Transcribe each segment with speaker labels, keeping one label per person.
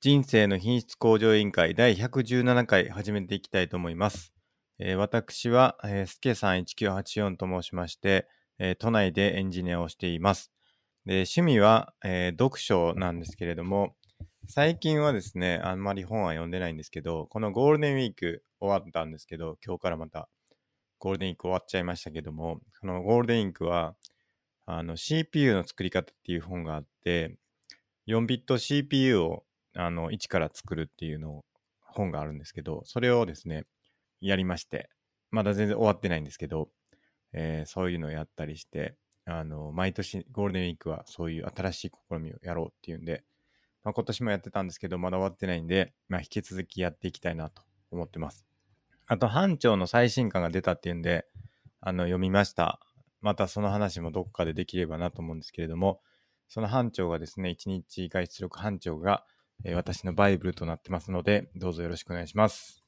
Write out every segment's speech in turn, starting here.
Speaker 1: 人生の品質向上委員会第117回始めていきたいと思います。えー私は、えー、すけさん1984と申しまして、えー都内でエンジニアをしています。で趣味は、えー読書なんですけれども、最近はですね、あんまり本は読んでないんですけど、このゴールデンウィーク終わったんですけど、今日からまたゴールデンウィーク終わっちゃいましたけども、そのゴールデンウィークは、あの CPU の作り方っていう本があって、4ビット CPU をあの1から作るっていうのを本があるんですけど、それをですね、やりまして、まだ全然終わってないんですけど、えーそういうのをやったりして、あの、毎年ゴールデンウィークはそういう新しい試みをやろうっていうんで、まあ、今年もやってたんですけど、まだ終わってないんで、まあ、引き続きやっていきたいなと思ってます。あと、班長の最新刊が出たっていうんで、あの、読みました。またその話もどこかでできればなと思うんですけれども、その班長がですね、一日外出力班長が、えー私のバイブルとなってますので、どうぞよろしくお願いします。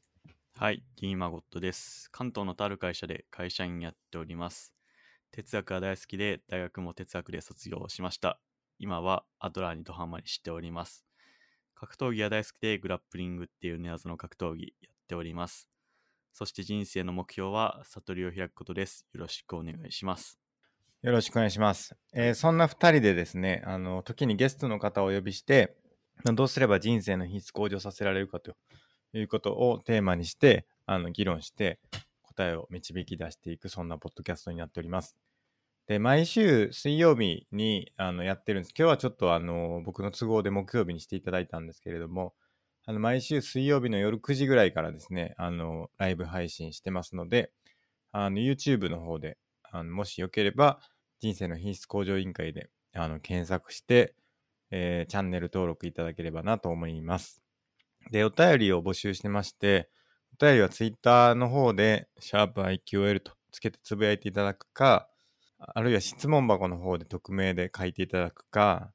Speaker 2: はい、ディーン・マゴットです。関東のとある会社で会社員やっております。哲学が大好きで、大学も哲学で卒業しました。今はアドラーにドハマりしております。格闘技が大好きで、グラップリングっていう寝技の格闘技やっております。そして人生の目標は悟りを開くことです。よろしくお願いします。
Speaker 1: よろしくお願いします。えーそんな二人でですね、あの、時にゲストの方をお呼びして、どうすれば人生の品質向上させられるかということをテーマにして、あの、議論して、答えを導き出していく、そんなポッドキャストになっております。で、毎週水曜日にあのやってるんです。今日はちょっとあの、僕の都合で木曜日にしていただいたんですけれども、あの、毎週水曜日の夜9時ぐらいからですね、あの、ライブ配信してますので、あの、YouTube の方で、あのもしよければ、人生の品質向上委員会であの検索して、えーチャンネル登録いただければなと思います。で、お便りを募集してまして、お便りは Twitter の方で、シャープ i q l とつけてつぶやいていただくか、あるいは質問箱の方で匿名で書いていただくか、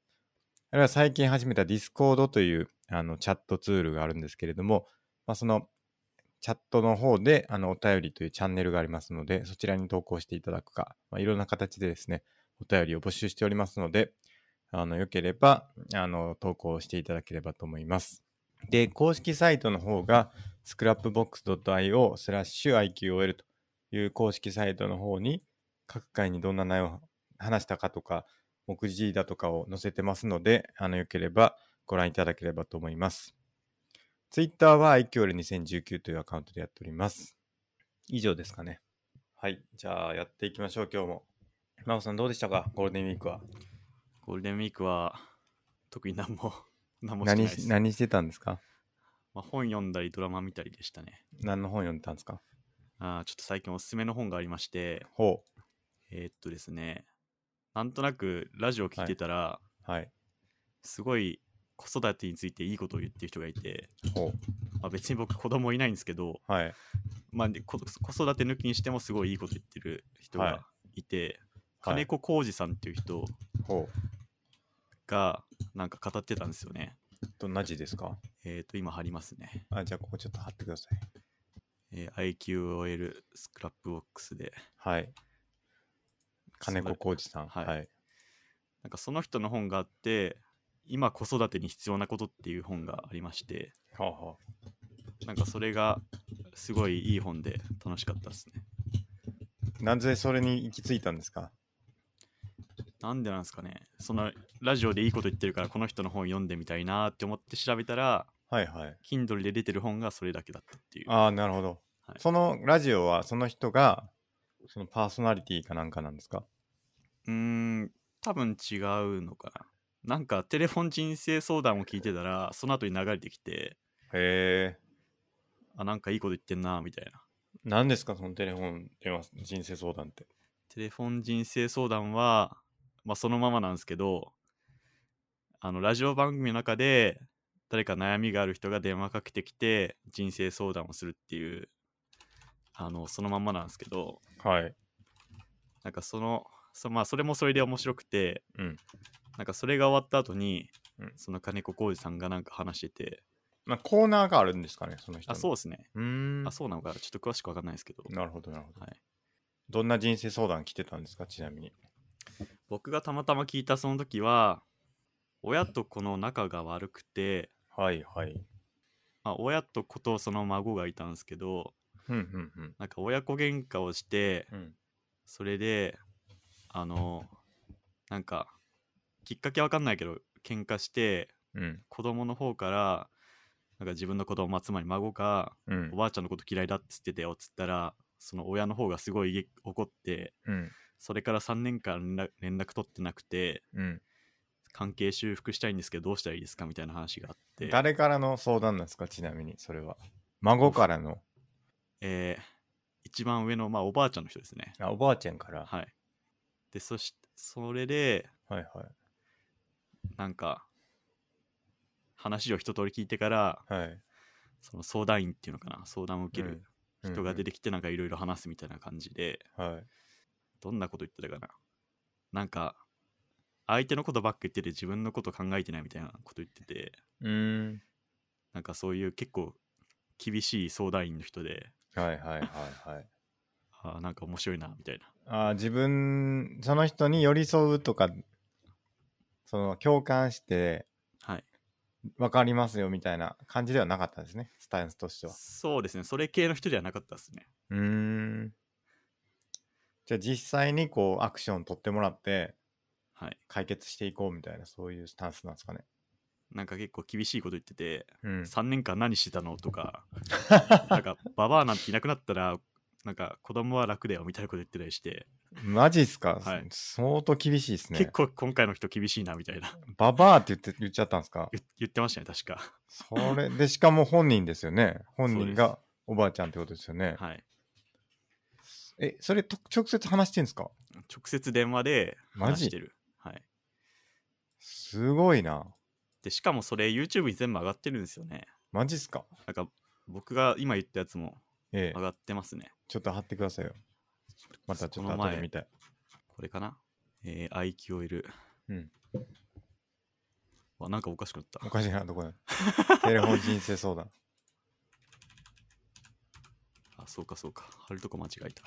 Speaker 1: あるいは最近始めた Discord というあのチャットツールがあるんですけれども、まあ、そのチャットの方であのお便りというチャンネルがありますので、そちらに投稿していただくか、まあ、いろんな形でですね、お便りを募集しておりますので、あの、よければ、あの、投稿していただければと思います。で、公式サイトの方が、scrapbox.io スラッシュ IQOL という公式サイトの方に、各回にどんな内容を話したかとか、目次だとかを載せてますので、あの、よければご覧いただければと思います。Twitter は IQOL2019 というアカウントでやっております。以上ですかね。はい。じゃあ、やっていきましょう、今日も。真帆さんどうでしたかゴールデンウィークは。
Speaker 2: ゴールデンウィークは、特に何も、 何もしてない
Speaker 1: 何
Speaker 2: で
Speaker 1: し
Speaker 2: す。
Speaker 1: 何してたんですか
Speaker 2: まあ、本読んだり、ドラマ見たりでしたね。
Speaker 1: 何の本読んでたんですか
Speaker 2: あーちょっと最近おすすめの本がありまして、
Speaker 1: ほ
Speaker 2: えーっとですね、なんとなくラジオ聞いてたら、
Speaker 1: う。はい。
Speaker 2: すごい子育てについていいことを言ってる人がいて、
Speaker 1: ほ
Speaker 2: まあ、別に僕子供いないんですけど、
Speaker 1: う。はい。
Speaker 2: まあで子、子育て抜きにしてもすごいいいこと言ってる人がいて、
Speaker 1: はい
Speaker 2: 金子浩二さんっていう人
Speaker 1: ほう。
Speaker 2: がなんか語ってたんですよね。
Speaker 1: どんな字ですか
Speaker 2: えーっと、今貼りますね。
Speaker 1: あ、じゃあここちょっと貼ってください。
Speaker 2: えー IQOL スクラップボックスで。
Speaker 1: はい。金子
Speaker 2: その
Speaker 1: 浩二さん。
Speaker 2: はい
Speaker 1: はい。
Speaker 2: なんかその人の本があって、今子育てに必要なことっていう本がありまして、
Speaker 1: はあはあ
Speaker 2: なんかそれがすごいいい本で楽しかったですね。
Speaker 1: なぜそれに行き着いたんですか
Speaker 2: なんでなんですかねそのラジオでいいこと言ってるからこの人の本読んでみたいなって思って調べたら
Speaker 1: はいはい。
Speaker 2: Kindle で出てる本がそれだけだったっていう。
Speaker 1: ああ、なるほど。
Speaker 2: はい
Speaker 1: そのラジオは、その人が、そのパーソナリティかなんかなんですか
Speaker 2: うーん多分違うのかな。なんかテレフォン人生相談を聞いてたらその後に流れてきて
Speaker 1: へえ。
Speaker 2: あなんかいいこと言ってんなみたいな。
Speaker 1: 何ですかそのテレフォン電話、人生相談って。
Speaker 2: テレフォン人生相談は、まあ、そのままなんですけどあのラジオ番組の中で誰か悩みがある人が電話かけてきて人生相談をするっていうあのそのまんまなんですけど
Speaker 1: はい。
Speaker 2: なんかそのそ,、まあ、それもそれで面白くて、
Speaker 1: うん
Speaker 2: なんかそれが終わった後に、
Speaker 1: うん
Speaker 2: その金子浩二さんがなんか話してて
Speaker 1: まあ、コーナーがあるんですかねその人
Speaker 2: あ
Speaker 1: の。
Speaker 2: そう
Speaker 1: う。
Speaker 2: ですね、
Speaker 1: うーん。
Speaker 2: あそうなのかちょっと詳しくわかんないですけど、
Speaker 1: なるほど、なるほど。
Speaker 2: はい、
Speaker 1: どんな人生相談来てたんですかちなみに。
Speaker 2: 僕がたまたま聞いたその時は親と子の仲が悪くて
Speaker 1: はいはい。
Speaker 2: まあ、親と子とその孫がいたんですけど
Speaker 1: うんうんうん。
Speaker 2: なんか親子喧嘩をして
Speaker 1: うん、
Speaker 2: それであのなんかきっかけわかんないけど喧嘩して
Speaker 1: うん、
Speaker 2: 子供の方からなんか自分の子供まあつまり孫が
Speaker 1: うん
Speaker 2: お、ばあちゃんのこと嫌いだっつってたよっつったらその親の方がすごいげ怒って
Speaker 1: うん、
Speaker 2: それから3年間連絡連絡取ってなくて
Speaker 1: うん。
Speaker 2: 関係修復したいんですけどどうしたらいいですかみたいな話があって、
Speaker 1: 誰からの相談なんですか、ちなみに、それは。孫からの。
Speaker 2: えー一番上の、まあ、おばあちゃんの人ですね
Speaker 1: あ、おばあちゃんから。
Speaker 2: はいでそしそれで
Speaker 1: はい
Speaker 2: なんか話を一通り聞いてから
Speaker 1: はい。はい。
Speaker 2: その相談員っていうのかな相談を受ける人が出
Speaker 1: て、
Speaker 2: てきてなんかいろいろ話すみたいな感じで、
Speaker 1: はい。
Speaker 2: どんなこと言ってたかななんか相手のことばっか言ってて自分のこと考えてないみたいなこと言ってて
Speaker 1: うーん。
Speaker 2: なんかそういう結構厳しい相談員の人で
Speaker 1: はいはいはいはい。
Speaker 2: あーなんか面白いなみたいな
Speaker 1: あー自分、その人に寄り添うとか、その共感して
Speaker 2: はい
Speaker 1: 分かりますよみたいな感じではなかったですね、スタンスとしては。
Speaker 2: そうですねそれ系の人ではなかったですね
Speaker 1: うーん。じゃあ実際にこうアクション取ってもらって
Speaker 2: はい
Speaker 1: 解決していこうみたいなそういうスタンスなんですかね。
Speaker 2: なんか結構厳しいこと言ってて
Speaker 1: うん。
Speaker 2: 3年間何してたの とかなんかババアなんていなくなったらなんか子供は楽だよみたいなこと言ってたりして、
Speaker 1: マジっすか、
Speaker 2: はい
Speaker 1: 相当厳しいですね。
Speaker 2: 結構今回の人厳しいなみ たいな
Speaker 1: ババアって言って言っちゃったんですか
Speaker 2: 言言ってましたね確か
Speaker 1: それでしかも本人ですよね。本人
Speaker 2: そう
Speaker 1: がおばあちゃんってことですよね。
Speaker 2: はい
Speaker 1: え、それと直接話してんですか
Speaker 2: 直接電話で
Speaker 1: マ
Speaker 2: 話
Speaker 1: ジ
Speaker 2: してるはい
Speaker 1: すごいな。
Speaker 2: でしかもそれ YouTube に全部上がってるんですよね
Speaker 1: マジっすか
Speaker 2: なんか僕が今言ったやつも
Speaker 1: ええ
Speaker 2: 上がってますね
Speaker 1: ちょっと貼ってくださいよ。またちょっと
Speaker 2: この
Speaker 1: 後
Speaker 2: 前
Speaker 1: で見たい。
Speaker 2: これかなえー、IQL
Speaker 1: うん
Speaker 2: わなんかおかしくなった
Speaker 1: おかしいな、ど こだテレフォン人生相談。
Speaker 2: あそうかそうか貼るとこ間違えた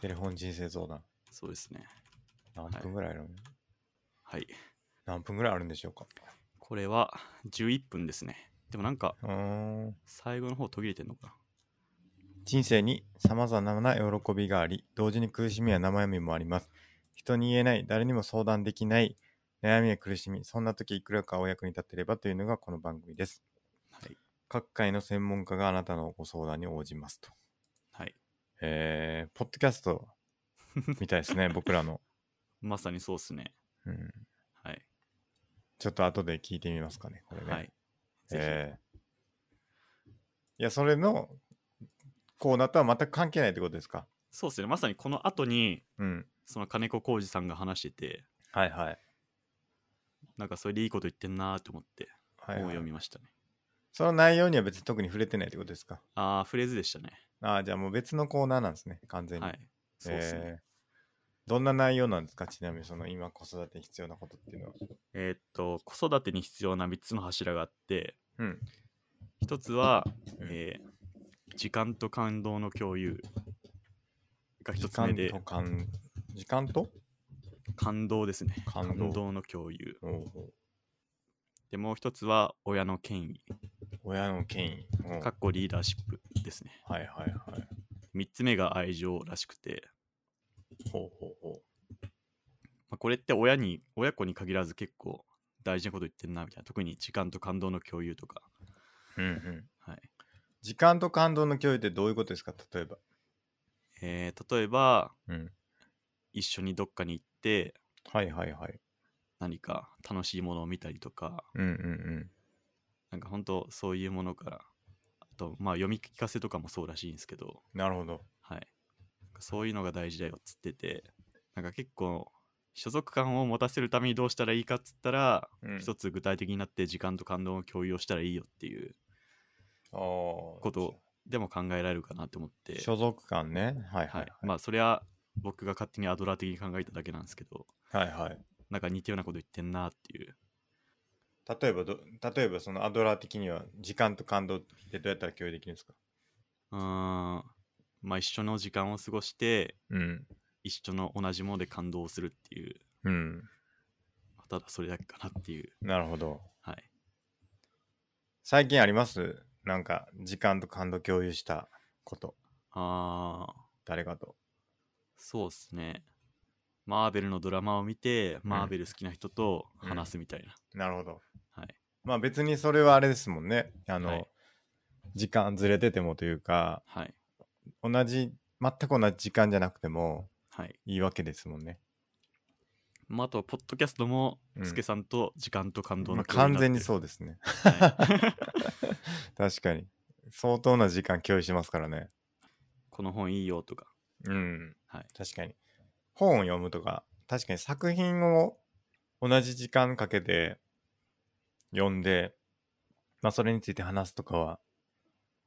Speaker 1: テレフォン人生相談。
Speaker 2: そうですね
Speaker 1: 何分ぐらいあるの、
Speaker 2: はい
Speaker 1: 何分ぐらいあるんでしょうか
Speaker 2: これは11分ですねでもなんか
Speaker 1: うーん
Speaker 2: 最後の方途切れてんのか
Speaker 1: 人生に様々な喜びがあり、同時に苦しみや悩みもあります。人に言えない、誰にも相談できない、悩みや苦しみ、そんな時いくらかお役に立てればというのがこの番組です。
Speaker 2: なはい
Speaker 1: 各界の専門家があなたのご相談に応じますと。
Speaker 2: はい
Speaker 1: えー、ポッドキャストみたい ですね、僕らの。
Speaker 2: まさにそうっすね
Speaker 1: うん、
Speaker 2: はい、
Speaker 1: ちょっと後で聞いてみますかね、これね。
Speaker 2: はいぜひ、
Speaker 1: えーいや、それのコーナーとは全く関係ないってことですか。
Speaker 2: そうっすねまさにこの後に
Speaker 1: うん。
Speaker 2: その金子浩二さんが話してて
Speaker 1: はいはい。
Speaker 2: なんかそれでいいこと言ってんなーと思って
Speaker 1: はい
Speaker 2: 本を
Speaker 1: はい、
Speaker 2: 読みましたね、
Speaker 1: その内容には別に特に触れてないってことですか。
Speaker 2: ああフレーズでしたね
Speaker 1: ああ、じゃあもう別のコーナーなんですね、完全に。
Speaker 2: はいそうっすね、
Speaker 1: えーどんな内容なんですか、ちなみにその今子育てに必要なことっていうのは。
Speaker 2: えーっと子育てに必要な3つの柱があって
Speaker 1: うん。
Speaker 2: 1つは、
Speaker 1: うん
Speaker 2: えー時間と感動の共有が
Speaker 1: 時
Speaker 2: 1つ目
Speaker 1: 間
Speaker 2: で
Speaker 1: と感、時間と
Speaker 2: 感動ですね
Speaker 1: 感動
Speaker 2: 感動の共有
Speaker 1: おうおう
Speaker 2: でもう1つは親の権威
Speaker 1: 親の権威。おう
Speaker 2: かっこリーダーシップですね
Speaker 1: はいはいはい。
Speaker 2: 3つ目が愛情らしくて、
Speaker 1: ほうほうほ
Speaker 2: まあ、これって親に親子に限らず結構大事なこと言ってんなみたいな特に時間と感動の共有とか
Speaker 1: う。うんうん。
Speaker 2: はい
Speaker 1: 時間と感動の共有ってどういうことですか、例えば。
Speaker 2: えー例えば
Speaker 1: うん。
Speaker 2: 一緒にどっかに行って
Speaker 1: はいはいはい。
Speaker 2: 何か楽しいものを見たりとか
Speaker 1: うんうんうん。
Speaker 2: なんか本当そういうものからあとまあ読み聞かせとかもそうらしいんですけど、
Speaker 1: なるほど。
Speaker 2: はい、なんかそういうのが大事だよっつっててなんか結構所属感を持たせるためにどうしたらいいかっつったら、
Speaker 1: うん
Speaker 2: 一つ具体的になって時間と感動を共有をしたらいいよっていう
Speaker 1: ああ。こ
Speaker 2: ことでも考えられるかなと思って、
Speaker 1: 所属感ね。はいは
Speaker 2: はいい、まあそれは僕が勝手にアドラー的に考えただけなんですけど
Speaker 1: はい。はいはい。
Speaker 2: なんか似たようなこと言ってんなっていう
Speaker 1: 例えばど、例えばそのアドラー的には時間と感動ってどうやったら共有できるんですか
Speaker 2: うーんまあ一緒の時間を過ごして
Speaker 1: うん。
Speaker 2: 一緒の同じもので感動するっていう
Speaker 1: うん。
Speaker 2: まあただそれだけかなっていう
Speaker 1: なるほど。
Speaker 2: はい
Speaker 1: 最近ありますなんか、時間と感動共有したこと、
Speaker 2: ああ、
Speaker 1: 誰かと。
Speaker 2: そうですね。マーベルのドラマを見て、マーベル好きな人と話すみたいな。
Speaker 1: なるほど。
Speaker 2: はい。
Speaker 1: まあ別にそれはあれですもんね。あの、
Speaker 2: はい
Speaker 1: 時間ずれててもというか、
Speaker 2: はい。
Speaker 1: 同じ、全く同じ時間じゃなくても
Speaker 2: はい。
Speaker 1: いいわけですもんね。
Speaker 2: まあ、あと、ポッドキャストも、
Speaker 1: うん
Speaker 2: スケさんと時間と感動
Speaker 1: ま
Speaker 2: の
Speaker 1: あ、完全に
Speaker 2: う。
Speaker 1: そうですね。
Speaker 2: はい
Speaker 1: 確かに。相当な時間共有しますからね。
Speaker 2: この本いいよとか。
Speaker 1: うん。
Speaker 2: はい
Speaker 1: 確かに。本を読むとか、確かに作品を同じ時間かけて読んで、まあそれについて話すとかは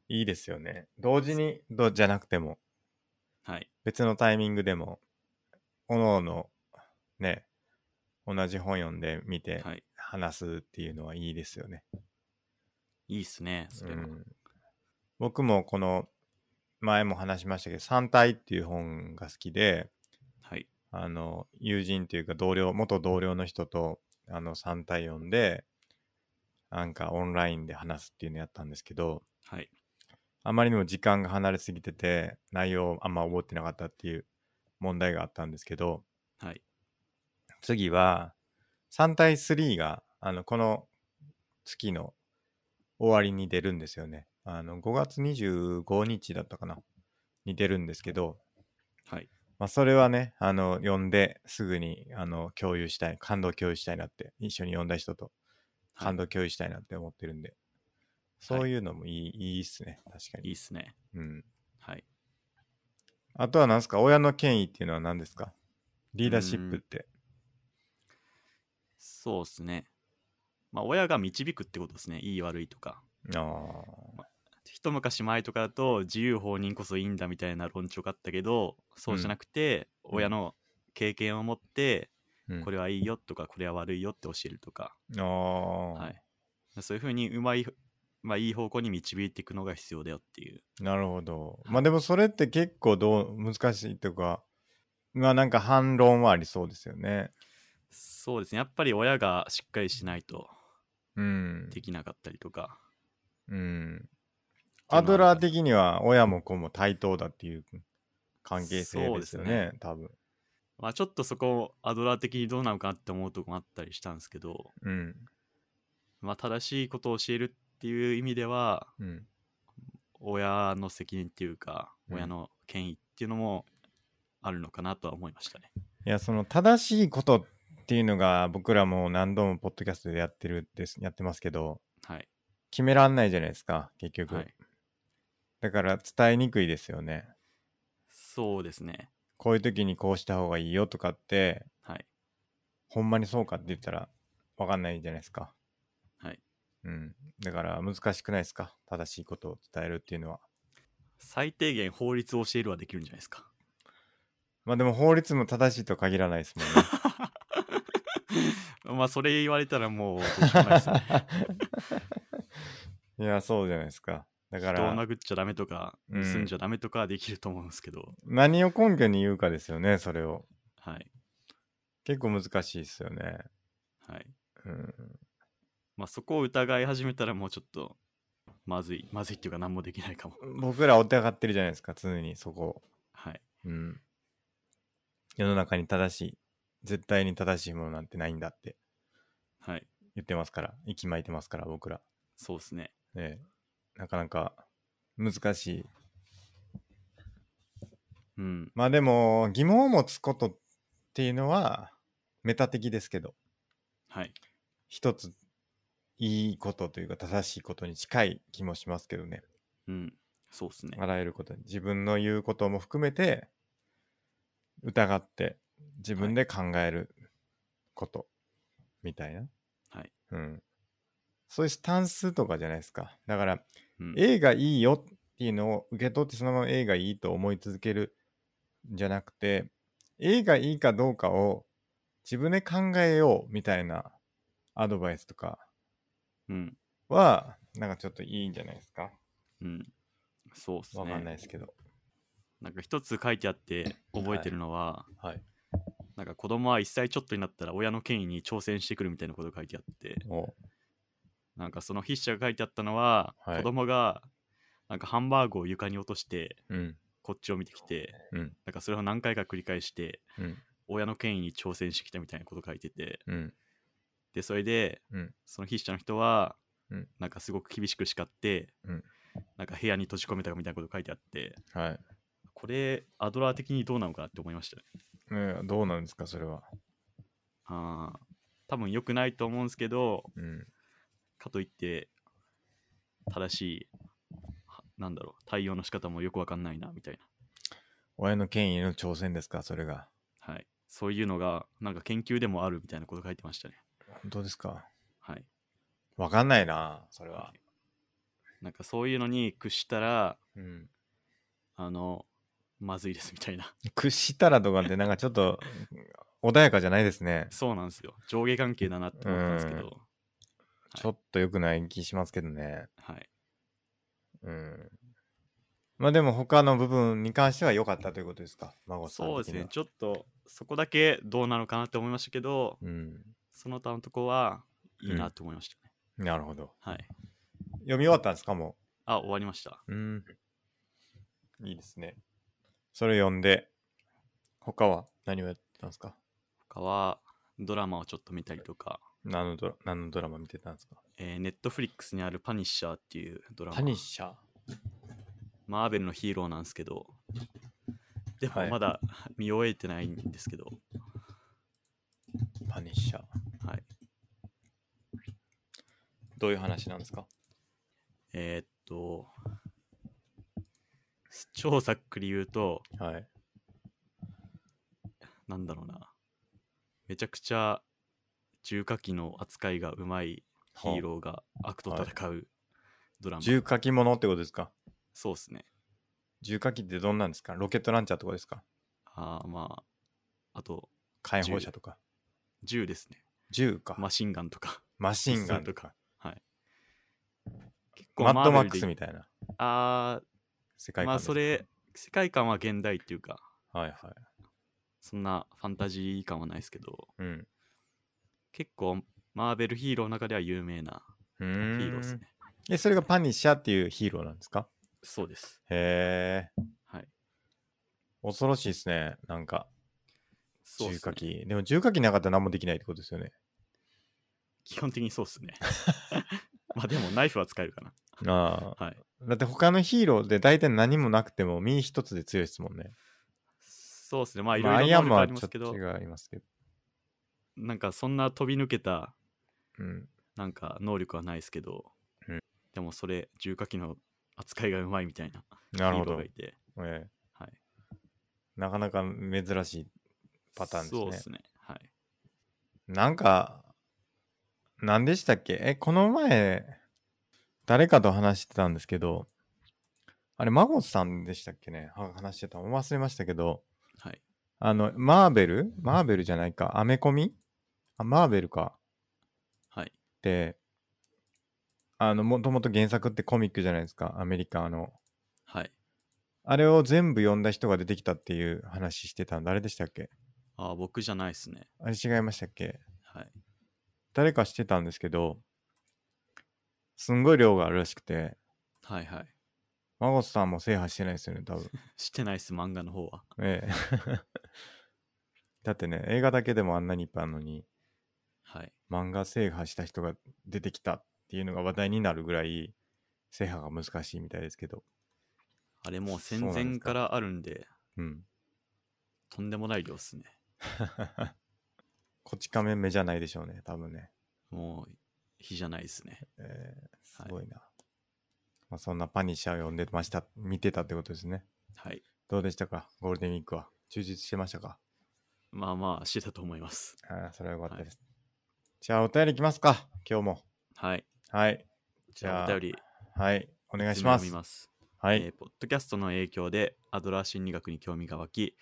Speaker 1: いいですよね。同時にどじゃなくても、
Speaker 2: はい。
Speaker 1: 別のタイミングでも、おのおのね、同じ本読んでみて
Speaker 2: はい。
Speaker 1: 話すっていうのはいいですよね。
Speaker 2: いいっすね。それ
Speaker 1: う
Speaker 2: は。
Speaker 1: ん、僕もこの前も話しましたけど「三体」っていう本が好きで
Speaker 2: はい。
Speaker 1: あの友人というか同僚元同僚の人とあの三体読んでなんかオンラインで話すっていうのやったんですけど
Speaker 2: はい。
Speaker 1: あまりにも時間が離れすぎてて内容をあんま覚えてなかったっていう問題があったんですけど
Speaker 2: はい。
Speaker 1: 次は三体3があのこの月の終わりに出るんですよね。あの5月25日だったかなに出るんですけど、
Speaker 2: はい。
Speaker 1: まあ、それはねあの読んですぐにあの共有したい感動共有したいなって一緒に読んだ人と
Speaker 2: はい
Speaker 1: 感動共有したいなって思ってるんで、そういうのもいい,、い、いっすね確かに
Speaker 2: いいっすね。
Speaker 1: うん、
Speaker 2: はい。
Speaker 1: あとは何ですか親の権威っていうのは何ですかリーダーシップって
Speaker 2: そうっすね。まあ、親が導くってことですね。いい悪いとか。
Speaker 1: ああ
Speaker 2: 一昔前とかだと自由放任こそいいんだみたいな論調があったけどそうじゃなくて、
Speaker 1: ん
Speaker 2: 親の経験を持って、
Speaker 1: ー、うん、
Speaker 2: これはいいよとかこれは悪いよって教えるとか、
Speaker 1: ああ、
Speaker 2: はい、そういうふうにうまい、まあ、いい方向に導いていくのが必要だよっていう
Speaker 1: なるほど。まあでもそれって結構どう難しいとか、まあなんか反論はありそうですよね。
Speaker 2: そうですねやっぱり親がしっかりしないと
Speaker 1: うん。
Speaker 2: できなかったりとか
Speaker 1: うん。アドラー的には親も子も対等だっていう関係性ですよね、
Speaker 2: そうで
Speaker 1: 多分。
Speaker 2: まあ、ちょっとそこアドラー的にどうなのかなって思うとこもあったりしたんですけど、
Speaker 1: うん。
Speaker 2: まあ、正しいことを教えるっていう意味では
Speaker 1: うん。
Speaker 2: 親の責任っていうか、
Speaker 1: うん
Speaker 2: 親の権威っていうのもあるのかなとは思いましたね。
Speaker 1: いや、その正しいことっていうのが僕らも何度もポッドキャストでやってるです、やってますけど、
Speaker 2: はい。
Speaker 1: 決めらんないじゃないですか、結局。
Speaker 2: はい、
Speaker 1: だから伝えにくいですよね。
Speaker 2: そうですね。
Speaker 1: こういう時にこうした方がいいよとかって、
Speaker 2: はい。
Speaker 1: ほんまにそうかって言ったら分かんないじゃないですか。
Speaker 2: はい。
Speaker 1: うん。だから難しくないですか正しいことを伝えるっていうのは。
Speaker 2: 最低限法律を教えるはできるんじゃないですか。
Speaker 1: まあでも法律も正しいとは限らないですもんね。
Speaker 2: まあそれ言われたらもうどうしよう もない ですね。
Speaker 1: いや、そうじゃないですか。だか
Speaker 2: 人を
Speaker 1: ら
Speaker 2: 殴っちゃダメとか、
Speaker 1: うん
Speaker 2: 盗んじゃダメとかはできると思うんですけど、
Speaker 1: 何を根拠に言うかですよね、それを。
Speaker 2: はい。
Speaker 1: 結構難しいですよね。
Speaker 2: はい。
Speaker 1: うん。
Speaker 2: まあそこを疑い始めたらもうちょっとまずい、まずいっていうか何もできないかも。
Speaker 1: 僕らお手上がってるじゃないですか、常にそこ。
Speaker 2: はい。
Speaker 1: うん。世の中に正しい、絶対に正しいものなんてないんだって
Speaker 2: はい。
Speaker 1: 言ってますから、息巻いてますから、僕ら。
Speaker 2: そうですね。
Speaker 1: ねえ、なかなか難しい。
Speaker 2: うん。
Speaker 1: まあでも、疑問を持つことっていうのは、メタ的ですけど、
Speaker 2: はい。
Speaker 1: 一ついいことというか正しいことに近い気もしますけどね。
Speaker 2: うん。そうですね。
Speaker 1: あらゆることに、自分の言うことも含めて、疑って自分で考えることみたいな。
Speaker 2: はい。
Speaker 1: うん。そういうスタンスとかじゃないですか。だから、
Speaker 2: うん、
Speaker 1: A がいいよっていうのを受け取ってそのまま A がいいと思い続けるんじゃなくて A がいいかどうかを自分で考えようみたいなアドバイスとか
Speaker 2: うん。
Speaker 1: はなんかちょっといいんじゃないですか
Speaker 2: うん。そうっすね。
Speaker 1: わかんないですけど、
Speaker 2: なんか一つ書いて あって覚えてるのは、
Speaker 1: はい
Speaker 2: なんか子供は1歳ちょっとになったら親の権威に挑戦してくるみたいなことが書いてあって、
Speaker 1: お
Speaker 2: なんかその筆者が書いてあったのは、
Speaker 1: はい
Speaker 2: 子供がなんかハンバーグを床に落として
Speaker 1: うん。
Speaker 2: こっちを見てきて
Speaker 1: うん。
Speaker 2: なんかそれを何回か繰り返して
Speaker 1: うん。
Speaker 2: 親の権威に挑戦してきたみたいなこと書いてて
Speaker 1: うん。
Speaker 2: でそれで、
Speaker 1: うん
Speaker 2: その筆者の人は、
Speaker 1: うん
Speaker 2: なんかすごく厳しく叱って、
Speaker 1: うん
Speaker 2: なんか部屋に閉じ込めたみたいなこと書いてあって
Speaker 1: はい。
Speaker 2: これアドラー的にどうなのかなって思いましたね
Speaker 1: ねどうなんですか、それは。
Speaker 2: あー多分良くないと思うんですけど
Speaker 1: うん。
Speaker 2: かといって正しいはなんだろう対応の仕方もよくわかんないなみたい
Speaker 1: 親の権威への挑戦ですか、それが。
Speaker 2: な、はい、そういうのがなんか研究でもあるみたいなこと書いてましたね
Speaker 1: 本当ですか。
Speaker 2: はい
Speaker 1: わかんないな、それ
Speaker 2: は
Speaker 1: は。
Speaker 2: いなんかそういうのに屈したら
Speaker 1: うん。
Speaker 2: あのまずいですみたいな
Speaker 1: 屈したらとかって、なんかちょっと穏やかじゃないですね。
Speaker 2: そうなんですよ上下関係だなって思ったんですけ
Speaker 1: う
Speaker 2: ど
Speaker 1: ちょっと良くない気しますけどね。
Speaker 2: はい
Speaker 1: うん。まあでも他の部分に関しては良かったということですか、孫さん的に
Speaker 2: そう
Speaker 1: は。
Speaker 2: ですねちょっとそこだけどうなのかなって思いましたけど
Speaker 1: うん。
Speaker 2: その他のとこはいいなと思いましたね、
Speaker 1: なるほど。
Speaker 2: はい
Speaker 1: 読み終わったんですか、も
Speaker 2: あ終わりました
Speaker 1: う。うん。いいですね。それ読んで、他は何をやったんですか
Speaker 2: 他はドラマをちょっと見たりとか、
Speaker 1: 何のドラ何のドラマ見てたんですか
Speaker 2: えー、ネットフリックスにある「パニッシャー」っていうドラマ
Speaker 1: パニッシャー。
Speaker 2: マーベルのヒーローなんですけどで
Speaker 1: は
Speaker 2: も
Speaker 1: い
Speaker 2: まだ 見終えてないんですけど、
Speaker 1: パニッシャー。
Speaker 2: はい
Speaker 1: どういう話なんですか
Speaker 2: えーっと超ざっくり言うと
Speaker 1: はい。
Speaker 2: なんだろうなめちゃくちゃ重火器の扱いがうまいヒーローが悪と戦うドラマ、
Speaker 1: 重火器物ってことですか
Speaker 2: そうですね
Speaker 1: 重火器ってどんなんですかロケットランチャーとかですか
Speaker 2: あーまああと
Speaker 1: 火炎放射とか。
Speaker 2: 銃ですね
Speaker 1: 銃か。
Speaker 2: マシンガンとか
Speaker 1: マシンガン
Speaker 2: ピスト
Speaker 1: と
Speaker 2: ルと
Speaker 1: か。
Speaker 2: 結
Speaker 1: マッドマック
Speaker 2: で
Speaker 1: スみたいな
Speaker 2: あ
Speaker 1: 世界
Speaker 2: あ
Speaker 1: 観。
Speaker 2: まあそ。れ世界観は現代っていうか
Speaker 1: はいはい。
Speaker 2: そんなファンタジー感はないですけど
Speaker 1: うん。
Speaker 2: 結構マーベルヒーローの中では有名な
Speaker 1: ヒ
Speaker 2: ヒーローですね
Speaker 1: え、それがパニッシャーっていうヒーローなんですか
Speaker 2: そうです
Speaker 1: へえ。
Speaker 2: はい
Speaker 1: 恐ろしいですね。なんか、
Speaker 2: そうっ
Speaker 1: 重
Speaker 2: す
Speaker 1: 火
Speaker 2: ね、
Speaker 1: 器。でも重火器なかったら何もできないってことですよね。
Speaker 2: 基本的にそうっす ねまあでもナイフは使えるかな
Speaker 1: ああ。
Speaker 2: はい
Speaker 1: だって他のヒーローで大体何もなくても身一つで強いですもんね。
Speaker 2: そうっすねまあい
Speaker 1: まあ、ア
Speaker 2: ろい
Speaker 1: イ
Speaker 2: ろ
Speaker 1: ア
Speaker 2: 能
Speaker 1: ン
Speaker 2: 力
Speaker 1: マン
Speaker 2: あ
Speaker 1: は
Speaker 2: りま
Speaker 1: ちょ
Speaker 2: す
Speaker 1: っと違いますけ
Speaker 2: けど
Speaker 1: ど。
Speaker 2: なんかそんな飛び抜けた
Speaker 1: うん。
Speaker 2: なんか能力はないですけど、
Speaker 1: うん
Speaker 2: でもそれ重火器の扱いがうまいみたいな
Speaker 1: なるほ
Speaker 2: ヒー
Speaker 1: ど
Speaker 2: ローがい。て
Speaker 1: ええ
Speaker 2: はい
Speaker 1: なかなか珍しいパターンですね
Speaker 2: そうですねはい
Speaker 1: なんか、何でしたっけえ、この前、誰かと話してたんですけど、あれ、マゴスさんでしたっけねは話してた。忘れましたけど、
Speaker 2: はい
Speaker 1: あの、マーベルマーベルじゃないか。アメコミあ、マーベルか。
Speaker 2: はい
Speaker 1: って、あの、もともと原作ってコミックじゃないですか。アメリカの。
Speaker 2: はい
Speaker 1: あれを全部読んだ人が出てきたっていう話してたの。誰でしたっけ
Speaker 2: あー僕じゃないですね
Speaker 1: あれ違いましたっけ
Speaker 2: はい
Speaker 1: 誰かしてたんですけど、すんごい量があるらしくて、
Speaker 2: はいはい
Speaker 1: マゴスさんも制覇してないですよね、多分。
Speaker 2: してないっす漫画の方は
Speaker 1: ええ。 だってね、映画だけでもあんなにいっぱいあるのに、
Speaker 2: はい
Speaker 1: 漫画制覇した人が出てきたっていうのが話題になるぐらい、制覇が難しいみたいですけど。
Speaker 2: あれもう
Speaker 1: そう
Speaker 2: 戦
Speaker 1: なんですか
Speaker 2: 前からあるんで
Speaker 1: うん。
Speaker 2: とんでもない量っすね
Speaker 1: こち亀目じゃないでしょうね、多分ね。
Speaker 2: もう日じゃないですね
Speaker 1: ええすごいな。まあ、そんなパニッシャーを読んでました、見てたってことですね。
Speaker 2: はい
Speaker 1: どうでしたか、ゴールデンウィークは。充実してましたか
Speaker 2: まあまあしてたと思います
Speaker 1: ああ、それはよかった
Speaker 2: はい
Speaker 1: です。じゃあ、お便りいきますか、今日も。
Speaker 2: はい
Speaker 1: はい。
Speaker 2: じゃあ
Speaker 1: じゃあ
Speaker 2: お便り
Speaker 1: はい。お願いし
Speaker 2: 詰め
Speaker 1: ま
Speaker 2: を
Speaker 1: す
Speaker 2: 見。ます
Speaker 1: は
Speaker 2: えー
Speaker 1: い。
Speaker 2: ポッドキャストの影響でアドラー心理学に興味が湧き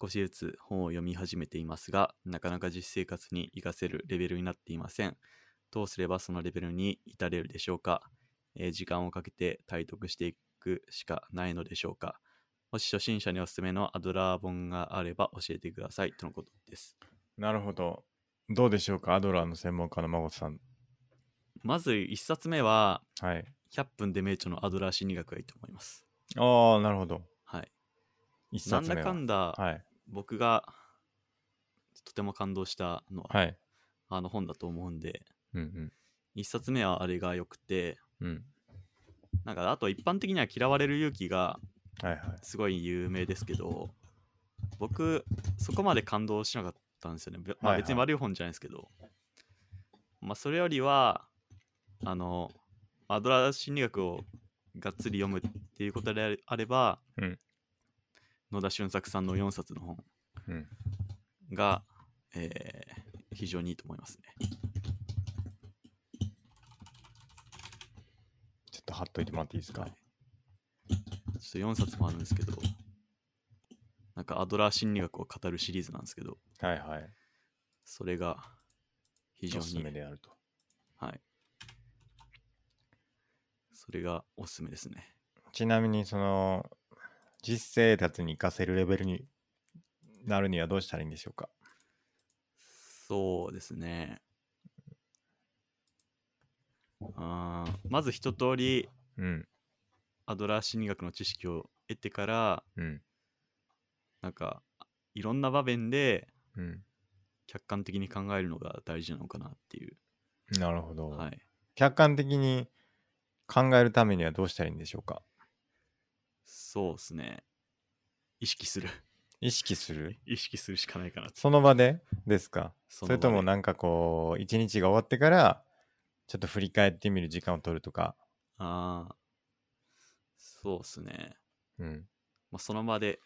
Speaker 2: 少しずつ本を読み始めていますがなかなか実生活に活かせるレベルになっていませんどうすればそのレベルに至れるでしょうか、えー時間をかけて体得していくしかないのでしょうかもし初心者におすすめのアドラー本があれば教えてくださいとのことです
Speaker 1: なるほど。どうでしょうか、アドラーの専門家の孫さん。
Speaker 2: まず1冊目は、
Speaker 1: はい。
Speaker 2: 100分で名著のアドラー心理学がいいと思います。
Speaker 1: ああ、なるほど。
Speaker 2: はい。
Speaker 1: 一
Speaker 2: な
Speaker 1: 冊目
Speaker 2: んだ
Speaker 1: は。
Speaker 2: かんだ、
Speaker 1: はい。
Speaker 2: 僕がとても感動したのは、
Speaker 1: はい。
Speaker 2: あの本だと思うんで、
Speaker 1: うん
Speaker 2: 1冊目はあれが良くて、
Speaker 1: うん。うん。
Speaker 2: なんかあと一般的には嫌われる勇気が
Speaker 1: はいはい。
Speaker 2: すごい有名ですけ ど、僕、そこまで感動しなかったんですよね。べま
Speaker 1: はいはい
Speaker 2: あ、別に悪い本じゃないですけど。まあ、それよりは、あの、アドラー心理学をがっつり読むっていうことであれあれば、
Speaker 1: うん
Speaker 2: 野田俊作さんの4冊の本
Speaker 1: うん。
Speaker 2: が、えー非常にいいと思いますね。
Speaker 1: ちょっと貼っといてもらっていいです
Speaker 2: は
Speaker 1: か
Speaker 2: い。ちょっと4冊もあるんですけど、なんかアドラー心理学を語るシリーズなんですけど、
Speaker 1: はいはい。
Speaker 2: それが非常
Speaker 1: おすす
Speaker 2: に
Speaker 1: めであると。
Speaker 2: はい。それがおすすめですね。
Speaker 1: ちなみに、その、実生活に活かせるレベルになるにはどうしたらいいんでしょうか
Speaker 2: そうですね。あーまず一通り
Speaker 1: うん。
Speaker 2: アドラー心理学の知識を得てから、
Speaker 1: うん。
Speaker 2: なんかいろんな場面で
Speaker 1: うん。
Speaker 2: 客観的に考えるのが大事なのかなっていう。
Speaker 1: なるほど。
Speaker 2: はい。
Speaker 1: 客観的に考えるためにはどうしたらいいんでしょうか
Speaker 2: そうですね。意識する。
Speaker 1: 意識する
Speaker 2: 意識するしかないかなって
Speaker 1: その場でですか
Speaker 2: そ
Speaker 1: それとも
Speaker 2: な
Speaker 1: なんかこう一日が終わってからちょっと振り返ってみる時間を取るとか、
Speaker 2: ああ。そうですね。
Speaker 1: うん、
Speaker 2: まあ、その場で。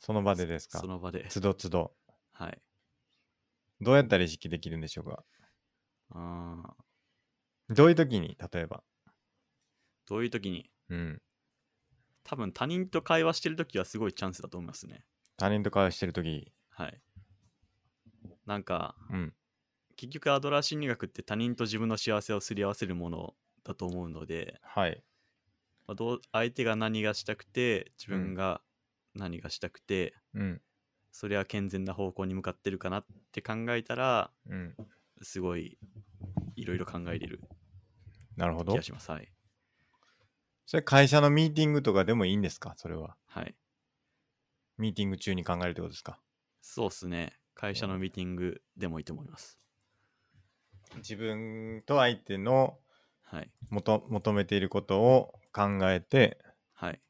Speaker 1: その場でですか
Speaker 2: その場で。
Speaker 1: つどつど
Speaker 2: はい。
Speaker 1: どうやったら意識できるんでしょうか
Speaker 2: ああ。
Speaker 1: どういう時に例えば、
Speaker 2: どういう時に
Speaker 1: うん、
Speaker 2: 多分他人と会話してる時はすごいチャンスだと思いますね
Speaker 1: 他人と会話してる時、
Speaker 2: はいなんか
Speaker 1: うん、
Speaker 2: 結局アドラー心理学って他人と自分の幸せをすり合わせるものだと思うので、
Speaker 1: はい、
Speaker 2: まあどう相手が何がしたくて自分が何がしたくて、
Speaker 1: うん
Speaker 2: それは健全な方向に向かってるかなって考えたら
Speaker 1: うん、
Speaker 2: すごいいろいろ考えれる
Speaker 1: なるほ
Speaker 2: 気
Speaker 1: ど
Speaker 2: がしますはい
Speaker 1: それ会社のミーティングとかでもいいんですかそれは
Speaker 2: はい
Speaker 1: ミーティング中に考えるってことですか
Speaker 2: そうっすね会社のミーティングでもいいと思います
Speaker 1: 自分と相手の
Speaker 2: はい
Speaker 1: 求求めていることを考えて
Speaker 2: はい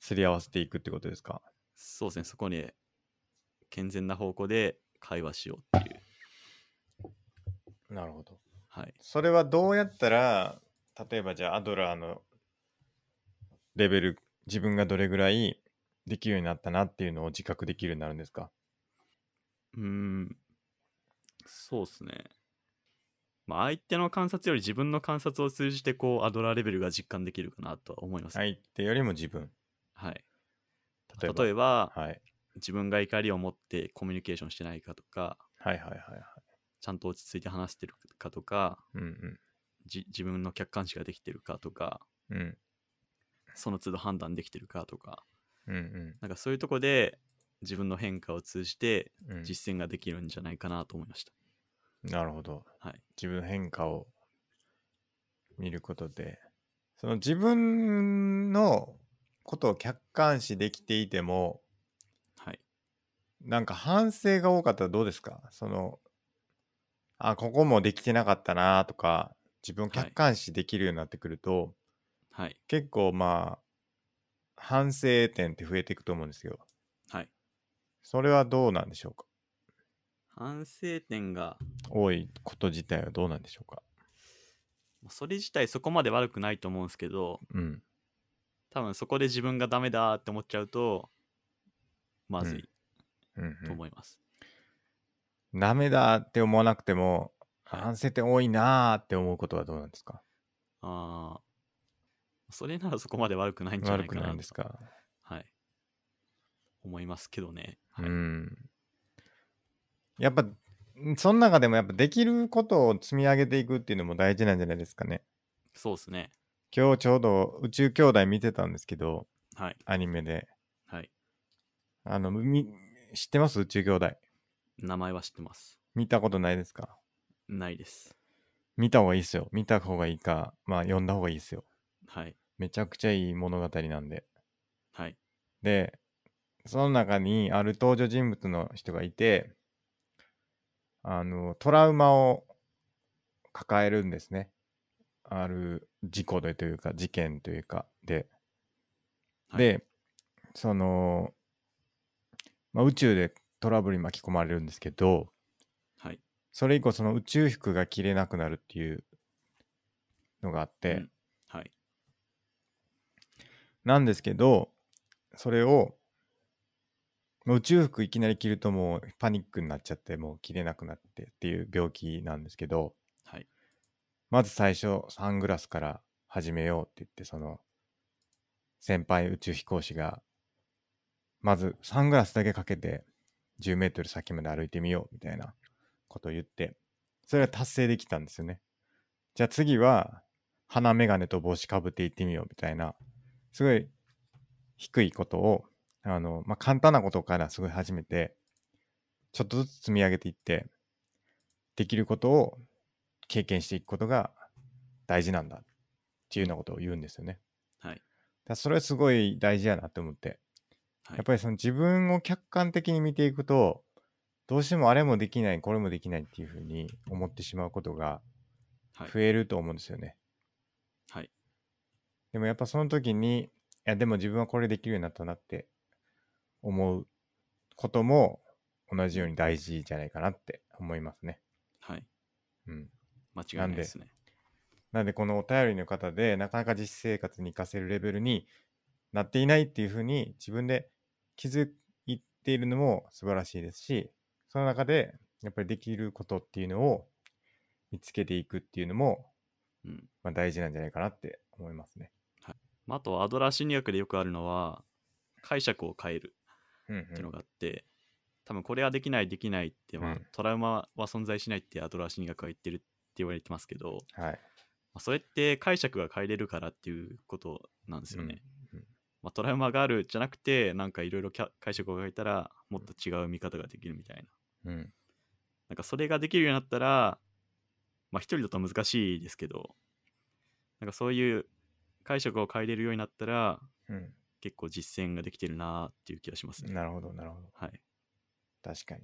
Speaker 1: すり合わせていくってことですか
Speaker 2: そうですね、そこに健全な方向で会話しようっていう。
Speaker 1: なるほど
Speaker 2: はい。
Speaker 1: それはどうやったら例えばじゃあアドラーのレベル自分がどれぐらいできるようになったなっていうのを自覚できるようになるんですか
Speaker 2: うーん。そうですね。まあ、相手の観察より自分の観察を通じて、こう、アドラーレベルが実感できるかなとは思います。
Speaker 1: 相手よりも自分
Speaker 2: はい。
Speaker 1: 例
Speaker 2: 例
Speaker 1: え
Speaker 2: え
Speaker 1: ば
Speaker 2: ば、
Speaker 1: はい、
Speaker 2: 自分が怒りを持ってコミュニケーションしてないかとか、
Speaker 1: はいはいはいはい
Speaker 2: ちゃんと落ち着いて話してるかとか、
Speaker 1: うん
Speaker 2: じ自分の客観視ができてるかとか、
Speaker 1: うんうん
Speaker 2: その都度判断できてるかとか、
Speaker 1: うん
Speaker 2: なんかそういうとこで自分の変化を通じて
Speaker 1: うんうん
Speaker 2: 実践ができるんじゃないかなと思いました。
Speaker 1: なるほど
Speaker 2: はい。
Speaker 1: 自分の変化を見ることでその自分のことを客観視できていても
Speaker 2: はい。
Speaker 1: なんか反省が多かったらどうですかそのあここもできてなかったなとか自分を客観視できるようになってくると、
Speaker 2: はい。
Speaker 1: 結構まあ反省点って増えていくと思うんですけど
Speaker 2: はい。
Speaker 1: それはどうなんでしょうか
Speaker 2: 反省点が、
Speaker 1: 多いこと自体はどうなんでしょうか
Speaker 2: それ自体そこまで悪くないと思うんですけど、
Speaker 1: うん
Speaker 2: 多分そこで自分がダメだって思っちゃうと、まずい
Speaker 1: うん、
Speaker 2: と
Speaker 1: うん
Speaker 2: 思います。
Speaker 1: ダメだって思わなくても
Speaker 2: はい
Speaker 1: 反省点多いなーって思うことはどうなんですか
Speaker 2: ああ。それならそこまで悪くないんじゃな
Speaker 1: 悪
Speaker 2: い
Speaker 1: く
Speaker 2: かなと。
Speaker 1: ないんですか、
Speaker 2: はい。思いますけどね。はい。
Speaker 1: うんやっぱその中でもやっぱできることを積み上げていくっていうのも大事なんじゃないですかね
Speaker 2: そうですね。
Speaker 1: 今日ちょうど宇宙兄弟見てたんですけど
Speaker 2: はい。
Speaker 1: アニメで
Speaker 2: はい。
Speaker 1: あのみ知ってます宇宙兄弟
Speaker 2: 名前は知ってます。
Speaker 1: 見たことないですか
Speaker 2: ないです。
Speaker 1: 見た方がいいですよ。見た方がいいか、まあ読んだ方がいいですよ。
Speaker 2: はい。
Speaker 1: めちゃくちゃいい物語なんで。
Speaker 2: はい。
Speaker 1: で、その中にある登場人物の人がいて、あの、トラウマを抱えるんですね。ある事故でというか、事件というか、で。
Speaker 2: はい、
Speaker 1: で、その、まあ、宇宙でトラブルに巻き込まれるんですけど、
Speaker 2: はい。
Speaker 1: それ以降その宇宙服が着れなくなるっていうのがあって、
Speaker 2: うんはい。
Speaker 1: なんですけど、それを、もう宇宙服いきなり着るともうパニックになっちゃって、もう着れなくなってっていう病気なんですけど、
Speaker 2: はい。
Speaker 1: まず最初サングラスから始めようって言って、その、先輩宇宙飛行士が、まずサングラスだけかけて10メートル先まで歩いてみようみたいなことを言って、それが達成できたんですよね。じゃあ次は鼻眼鏡と帽子かぶって行ってみようみたいな、すごい低いことを、あの、まあ、簡単なことからすごい始めて、ちょっとずつ積み上げていって、できることを経験していくことが大事なんだっていうようなことを言うんですよね。
Speaker 2: はい。
Speaker 1: だからそれはすごい大事やなって思って。
Speaker 2: はい。
Speaker 1: やっぱりその自分を客観的に見ていくと、どうしてもあれもできない、これもできないっていうふうに思ってしまうことが
Speaker 2: はい
Speaker 1: 増えると思うんですよね。
Speaker 2: はい。
Speaker 1: でもやっぱその時に、いやでも自分はこれできるようになったなって思うことも同じように大事じゃないかなって思いますね。
Speaker 2: はい。
Speaker 1: うん。
Speaker 2: 間違いないですね。
Speaker 1: なんでこのお便りの方でなかなか実生活に活かせるレベルになっていないっていうふうに自分で気づいているのも素晴らしいですし、その中でやっぱりできることっていうのを見つけていくっていうのも、
Speaker 2: うん。
Speaker 1: まあ、大事なんじゃないかなって思いますね。
Speaker 2: まああとはアドラー心理学でよくあるのは、解釈を変える
Speaker 1: うん、
Speaker 2: って
Speaker 1: う
Speaker 2: いうんの。があって、多分これはできないできないって、まあ
Speaker 1: うん
Speaker 2: トラウマは存在しないってアドラー心理学は言ってるって言われてますけど、ま
Speaker 1: はい。
Speaker 2: あ、それって解釈が変えれるからっていうことなんですよね、
Speaker 1: うんうん
Speaker 2: まあ、トラウマがあるじゃなくてなんかいろいろ解釈を変えたらもっと違う見方ができるみたいな
Speaker 1: うん。
Speaker 2: なんかそれができるようになったらまあ一人だと難しいですけどなんかそういう解釈を変えれるようになったら
Speaker 1: うん。
Speaker 2: 結構実践ができてるなっていう気がしますね、
Speaker 1: なるほど、なるほど。
Speaker 2: はい
Speaker 1: 確かに。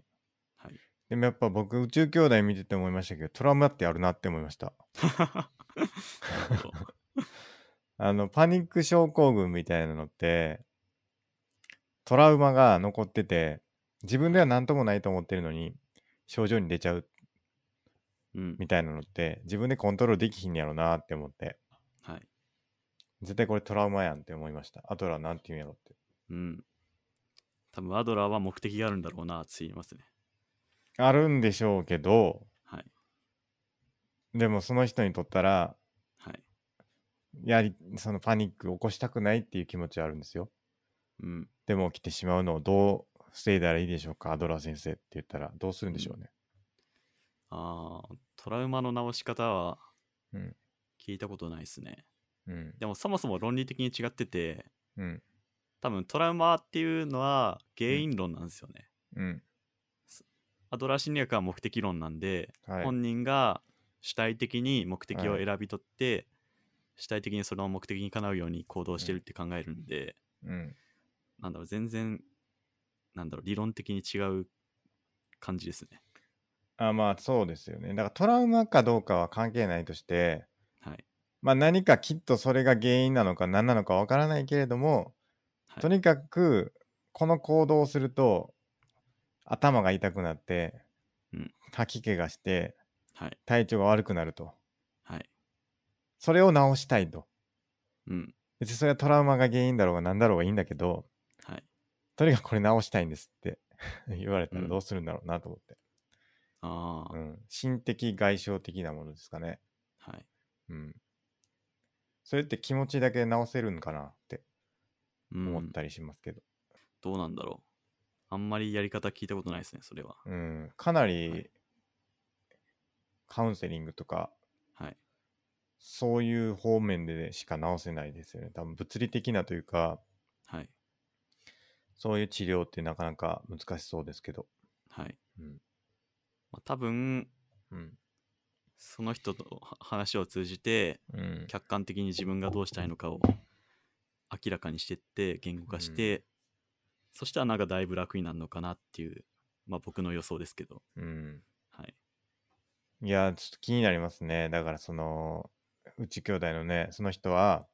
Speaker 2: はい
Speaker 1: でもやっぱ僕、宇宙兄弟見てて思いましたけど、トラウマってあるなって思いました。
Speaker 2: なる ほど
Speaker 1: あの、パニック症候群みたいなのって、トラウマが残ってて、自分では何ともないと思ってるのに、症状に出ちゃう
Speaker 2: うん
Speaker 1: みたいなのって、自分でコントロールできひんやろなって思って、
Speaker 2: はい
Speaker 1: 絶対これトラウマやんって思いました。アドラーなんて言うんやろって。
Speaker 2: うん多分アドラーは目的があるんだろうなって言いますね
Speaker 1: あるんでしょうけど、
Speaker 2: はい
Speaker 1: でもその人にとったら、
Speaker 2: はい
Speaker 1: やはり、そのパニックを起こしたくないっていう気持ちはあるんですよ。
Speaker 2: うん
Speaker 1: でも起きてしまうのをどう防いだらいいでしょうかアドラー先生って言ったらどうするんでしょうね。
Speaker 2: あートラウマの治し方は
Speaker 1: うん
Speaker 2: 聞いたことないですね、
Speaker 1: うん。
Speaker 2: でもそもそも論理的に違ってて
Speaker 1: うん。
Speaker 2: 多分トラウマっていうのは原因論なんですよね、
Speaker 1: うん。
Speaker 2: アドラー心理学は目的論なんで、
Speaker 1: はい。
Speaker 2: 本人が主体的に目的を
Speaker 1: はい
Speaker 2: 選び取って、主体的にその目的にかなうように行動してるって考えるんで、
Speaker 1: うん。
Speaker 2: なんだろう、全然、なんだろう、理論的に違う感じですね。
Speaker 1: あまあそうですよね。だからトラウマかどうかは関係ないとして、
Speaker 2: はい。
Speaker 1: まあ何かきっとそれが原因なのか何なのかわからないけれども、
Speaker 2: はい
Speaker 1: とにかくこの行動をすると頭が痛くなって、
Speaker 2: うん
Speaker 1: 吐き気がして
Speaker 2: はい。
Speaker 1: 体調が悪くなると。
Speaker 2: はい。
Speaker 1: それを治したいと。
Speaker 2: うん。
Speaker 1: 別にそれはトラウマが原因だろうが何だろうがいいんだけど、
Speaker 2: はい。
Speaker 1: とにかくこれ直したいんですって 言われた
Speaker 2: う
Speaker 1: ら
Speaker 2: ん
Speaker 1: どうするんだろうなと思って。
Speaker 2: ああ、
Speaker 1: うん。心的外傷的なものですかね。
Speaker 2: はい。
Speaker 1: うん。それって気持ちだけ直せるんかなって
Speaker 2: う
Speaker 1: 思っ
Speaker 2: ん。
Speaker 1: たりしますけど。
Speaker 2: どうなんだろう。あんまりやり方聞いたことないですね、それは。
Speaker 1: うん。かなり、
Speaker 2: はい
Speaker 1: カウンセリングとか、
Speaker 2: はい。
Speaker 1: そういう方面でしか直せないですよね。多分物理的なというか、
Speaker 2: はい。
Speaker 1: そういう治療ってなかなか難しそうですけど。
Speaker 2: はい。
Speaker 1: うん。
Speaker 2: まあ、多分、
Speaker 1: うん。
Speaker 2: その人とは話を通じて
Speaker 1: うん。
Speaker 2: 客観的に自分がどうしたいのかを明らかにしてって言語化して、そしたらなんかだいぶ楽になるのかなっていうまあ僕の予想ですけど
Speaker 1: うん。
Speaker 2: はい
Speaker 1: いや、ちょっと気になりますね。だから、その、うち兄弟のね、その人は、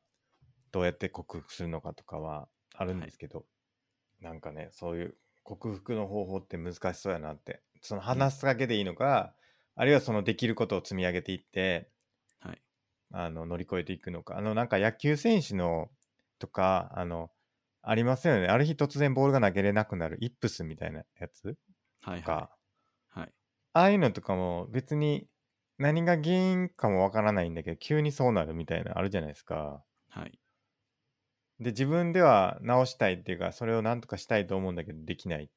Speaker 1: どうやって克服するのかとかはあるんですけど、なんかね、そういう克服の方法って難しそうやなって、その話すだけでいいのか、あるいはそのできることを積み上げていって、
Speaker 2: はい
Speaker 1: あの乗り越えていくのか、あの、なんか野球選手のとか、あの、ありますよね。ある日突然ボールが投げれなくなる、イップスみたいなやつ
Speaker 2: はい
Speaker 1: とか、
Speaker 2: はいはい
Speaker 1: ああいうのとかも別に何が原因かもわからないんだけど急にそうなるみたいなのあるじゃないですか。
Speaker 2: はい
Speaker 1: で自分では直したいっていうかそれを何とかしたいと思うんだけどできないっ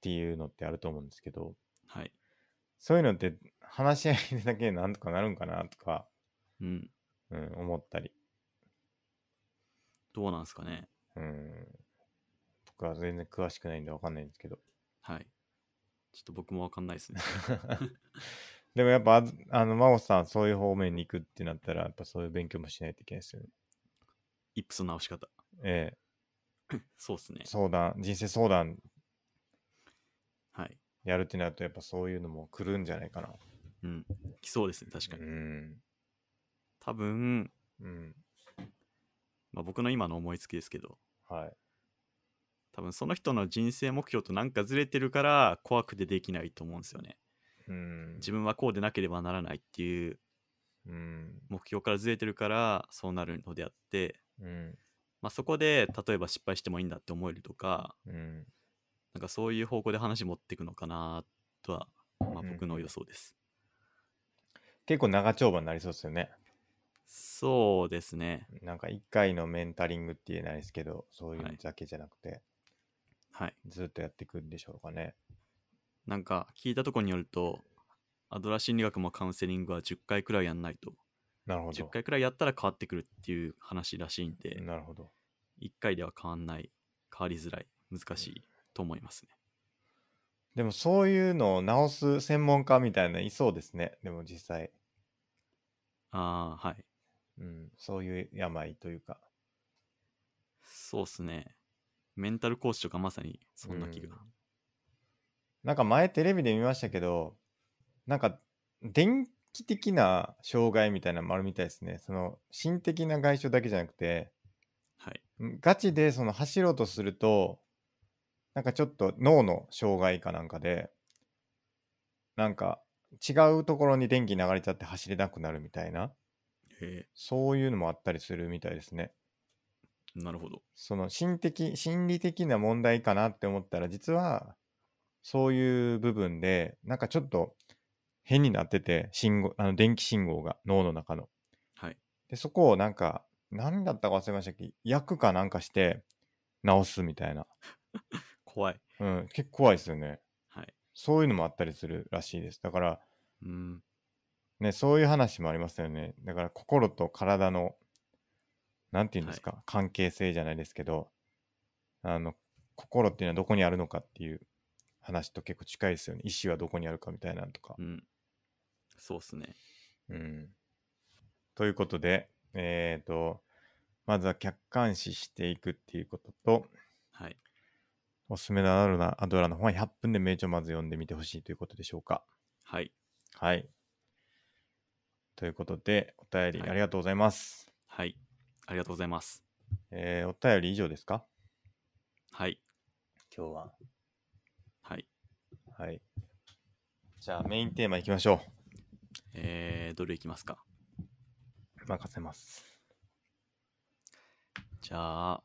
Speaker 1: ていうのってあると思うんですけど
Speaker 2: はい
Speaker 1: そういうのって話し合いだけでなんとかなるんかなとか、
Speaker 2: うん
Speaker 1: うん、思ったり、
Speaker 2: どうなんですかね
Speaker 1: うん、僕は全然詳しくないんでわかんないんですけど
Speaker 2: はいちょっと僕もわかんないですね
Speaker 1: でもやっぱあずあの真帆さんそういう方面に行くってなったらやっぱそういう勉強もしないといけないですよね。
Speaker 2: イップスの直し方
Speaker 1: ええ
Speaker 2: そうですね
Speaker 1: 相談人生相談
Speaker 2: はい
Speaker 1: やるってなるとやっぱそういうのも来るんじゃないかな。
Speaker 2: うん来そうですね確かに
Speaker 1: うん。
Speaker 2: 多分、
Speaker 1: うん。
Speaker 2: まあ、僕の今の思いつきですけど
Speaker 1: はい。
Speaker 2: 多分その人の人生目標となんかずれてるから怖くてできないと思うんですよね
Speaker 1: うん。
Speaker 2: 自分はこうでなければならないっていう
Speaker 1: うん。
Speaker 2: 目標からずれてるからそうなるのであって、
Speaker 1: うん。
Speaker 2: まあ、そこで例えば失敗してもいいんだって思えるとか
Speaker 1: うん。
Speaker 2: なんかそういう方向で話持っていくのかなとは、まあ、僕の予想です、
Speaker 1: 結構長丁場になりそうですよね。
Speaker 2: そうですね
Speaker 1: なんか一回のメンタリングって言えないですけど、そういう
Speaker 2: は
Speaker 1: の
Speaker 2: い
Speaker 1: だけじゃなくて、
Speaker 2: はい
Speaker 1: ずっとやっていくんでしょうかね。
Speaker 2: なんか聞いたところによるとアドラー心理学もカウンセリングは10回くらいやんないと
Speaker 1: なるほ
Speaker 2: 10
Speaker 1: ど。
Speaker 2: 回くらいやったら変わってくるっていう話らしいんで、
Speaker 1: なるほど。
Speaker 2: 1回では変わんない変わりづらい難しいと思いますね
Speaker 1: でもそういうのを直す専門家みたいなのいそうですね。でも実際、
Speaker 2: ああはい
Speaker 1: うん、そういう病というか。
Speaker 2: そうっすねメンタル講師とかまさにそんな気が、
Speaker 1: うんなんか前テレビで見ましたけど、なんか電気的な障害みたいなのもあるみたいですね。その心的な外傷だけじゃなくて、
Speaker 2: はい
Speaker 1: んガチでその走ろうとすると、なんかちょっと脳の障害かなんかで、なんか違うところに電気流れちゃって走れなくなるみたいな、
Speaker 2: え
Speaker 1: そういうのもあったりするみたいですね。
Speaker 2: ー、なるほど
Speaker 1: その心的、心理的な問題かなって思ったら、実は、そういう部分で、なんかちょっと変になってて、信号、あの、電気信号が脳の中の。
Speaker 2: はい
Speaker 1: で、そこをなんか、何だったか忘れましたっけ薬かなんかして、治すみたいな。
Speaker 2: 怖い
Speaker 1: うん、結構怖いですよね。
Speaker 2: はい
Speaker 1: そういうのもあったりするらしいです。だから、
Speaker 2: うん
Speaker 1: ね、そういう話もありますよね。だから、心と体の、なんて言うんですか、関係性じゃないですけど、あの、心っていうのはどこにあるのかっていう話と結構近いですよね。意思はどこにあるかみたいなのとか
Speaker 2: う。んそうっすね
Speaker 1: うん。ということで、えっ、と、まずは客観視していくっていうことと、
Speaker 2: はい
Speaker 1: おすすめのアドラアドラの本は100分で名著をまず読んでみてほしいということでしょうか。
Speaker 2: はい
Speaker 1: はい。ということで、お便
Speaker 2: は
Speaker 1: り
Speaker 2: い
Speaker 1: ありがとうございます。
Speaker 2: はいありがとうございます
Speaker 1: えーお便り以上ですか
Speaker 2: はい
Speaker 1: 今日は。
Speaker 2: はい
Speaker 1: はい。じゃあ、メインテーマいきましょ
Speaker 2: えー、どれいきますか
Speaker 1: う。任せます。
Speaker 2: じゃあ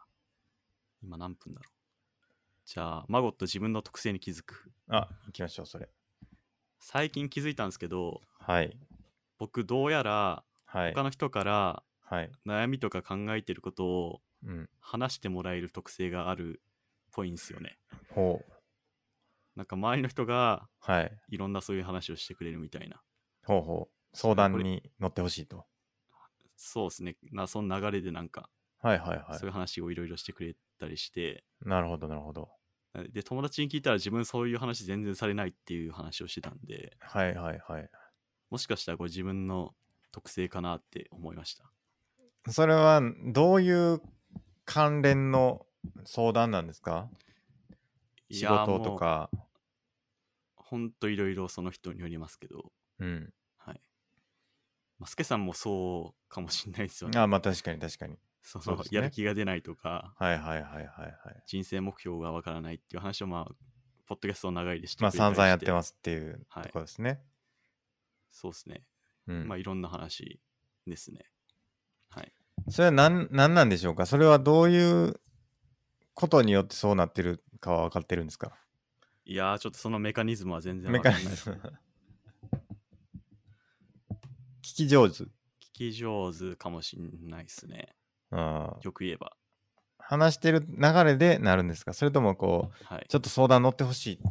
Speaker 2: 今何分だろうじゃあマゴット自分の特性に気づく
Speaker 1: あ、いきましょう、それ。
Speaker 2: 最近気づいたんですけど
Speaker 1: はい。
Speaker 2: 僕どうやら
Speaker 1: はい
Speaker 2: 他。の人から
Speaker 1: はい。
Speaker 2: 悩みとか考えてることを
Speaker 1: うん。
Speaker 2: 話してもらえる特性があるっぽいんですよね。
Speaker 1: ほう。
Speaker 2: なんか周りの人が
Speaker 1: はい。
Speaker 2: いろんなそういう話をしてくれるみたいな。
Speaker 1: ほうほう。相談に乗ってほしいと。
Speaker 2: そうですね。なその流れでなんか、
Speaker 1: はいはいは
Speaker 2: そういう話をいろいろしてくれたりして、
Speaker 1: い。なるほど、なるほど。
Speaker 2: で、友達に聞いたら自分そういう話全然されないっていう話をしてたんで、
Speaker 1: はいはいはい。
Speaker 2: もしかしたらご自分の特性かなって思いました。
Speaker 1: それはどういう関連の相談なんですか
Speaker 2: い
Speaker 1: 仕
Speaker 2: やー
Speaker 1: 事と。
Speaker 2: もう
Speaker 1: か。
Speaker 2: ほんといろいろその人によりますけど、
Speaker 1: うん。
Speaker 2: はい。マスケさんもそうかもしれないですよね。
Speaker 1: あまあ確かに確かに。
Speaker 2: そ
Speaker 1: そう
Speaker 2: の
Speaker 1: ですね
Speaker 2: やる気が出ないとか、
Speaker 1: はいはいはいはいはい。
Speaker 2: 人生目標がわからないっていう話を、まあ、ポッドキャストを長いでして。
Speaker 1: まあ散々やってますすっていう
Speaker 2: はい
Speaker 1: ところですね。
Speaker 2: そうですね。
Speaker 1: うん
Speaker 2: まあ、いろんな話ですね。はい。
Speaker 1: それは何何なんでしょうかそれはどういうことによってそうなってるかは分かってるんですか
Speaker 2: いやー、ちょっとそのメカニズムは全然
Speaker 1: メ
Speaker 2: わか
Speaker 1: カ
Speaker 2: んな
Speaker 1: ニ
Speaker 2: い。
Speaker 1: ズ
Speaker 2: 聞
Speaker 1: ム。 聞き上手。
Speaker 2: き上手かもしんないですね。
Speaker 1: うん
Speaker 2: よく言えば。
Speaker 1: 話してる流れでなるんですかそれともこう、
Speaker 2: はい
Speaker 1: ち。ょっと相談乗ってほしいって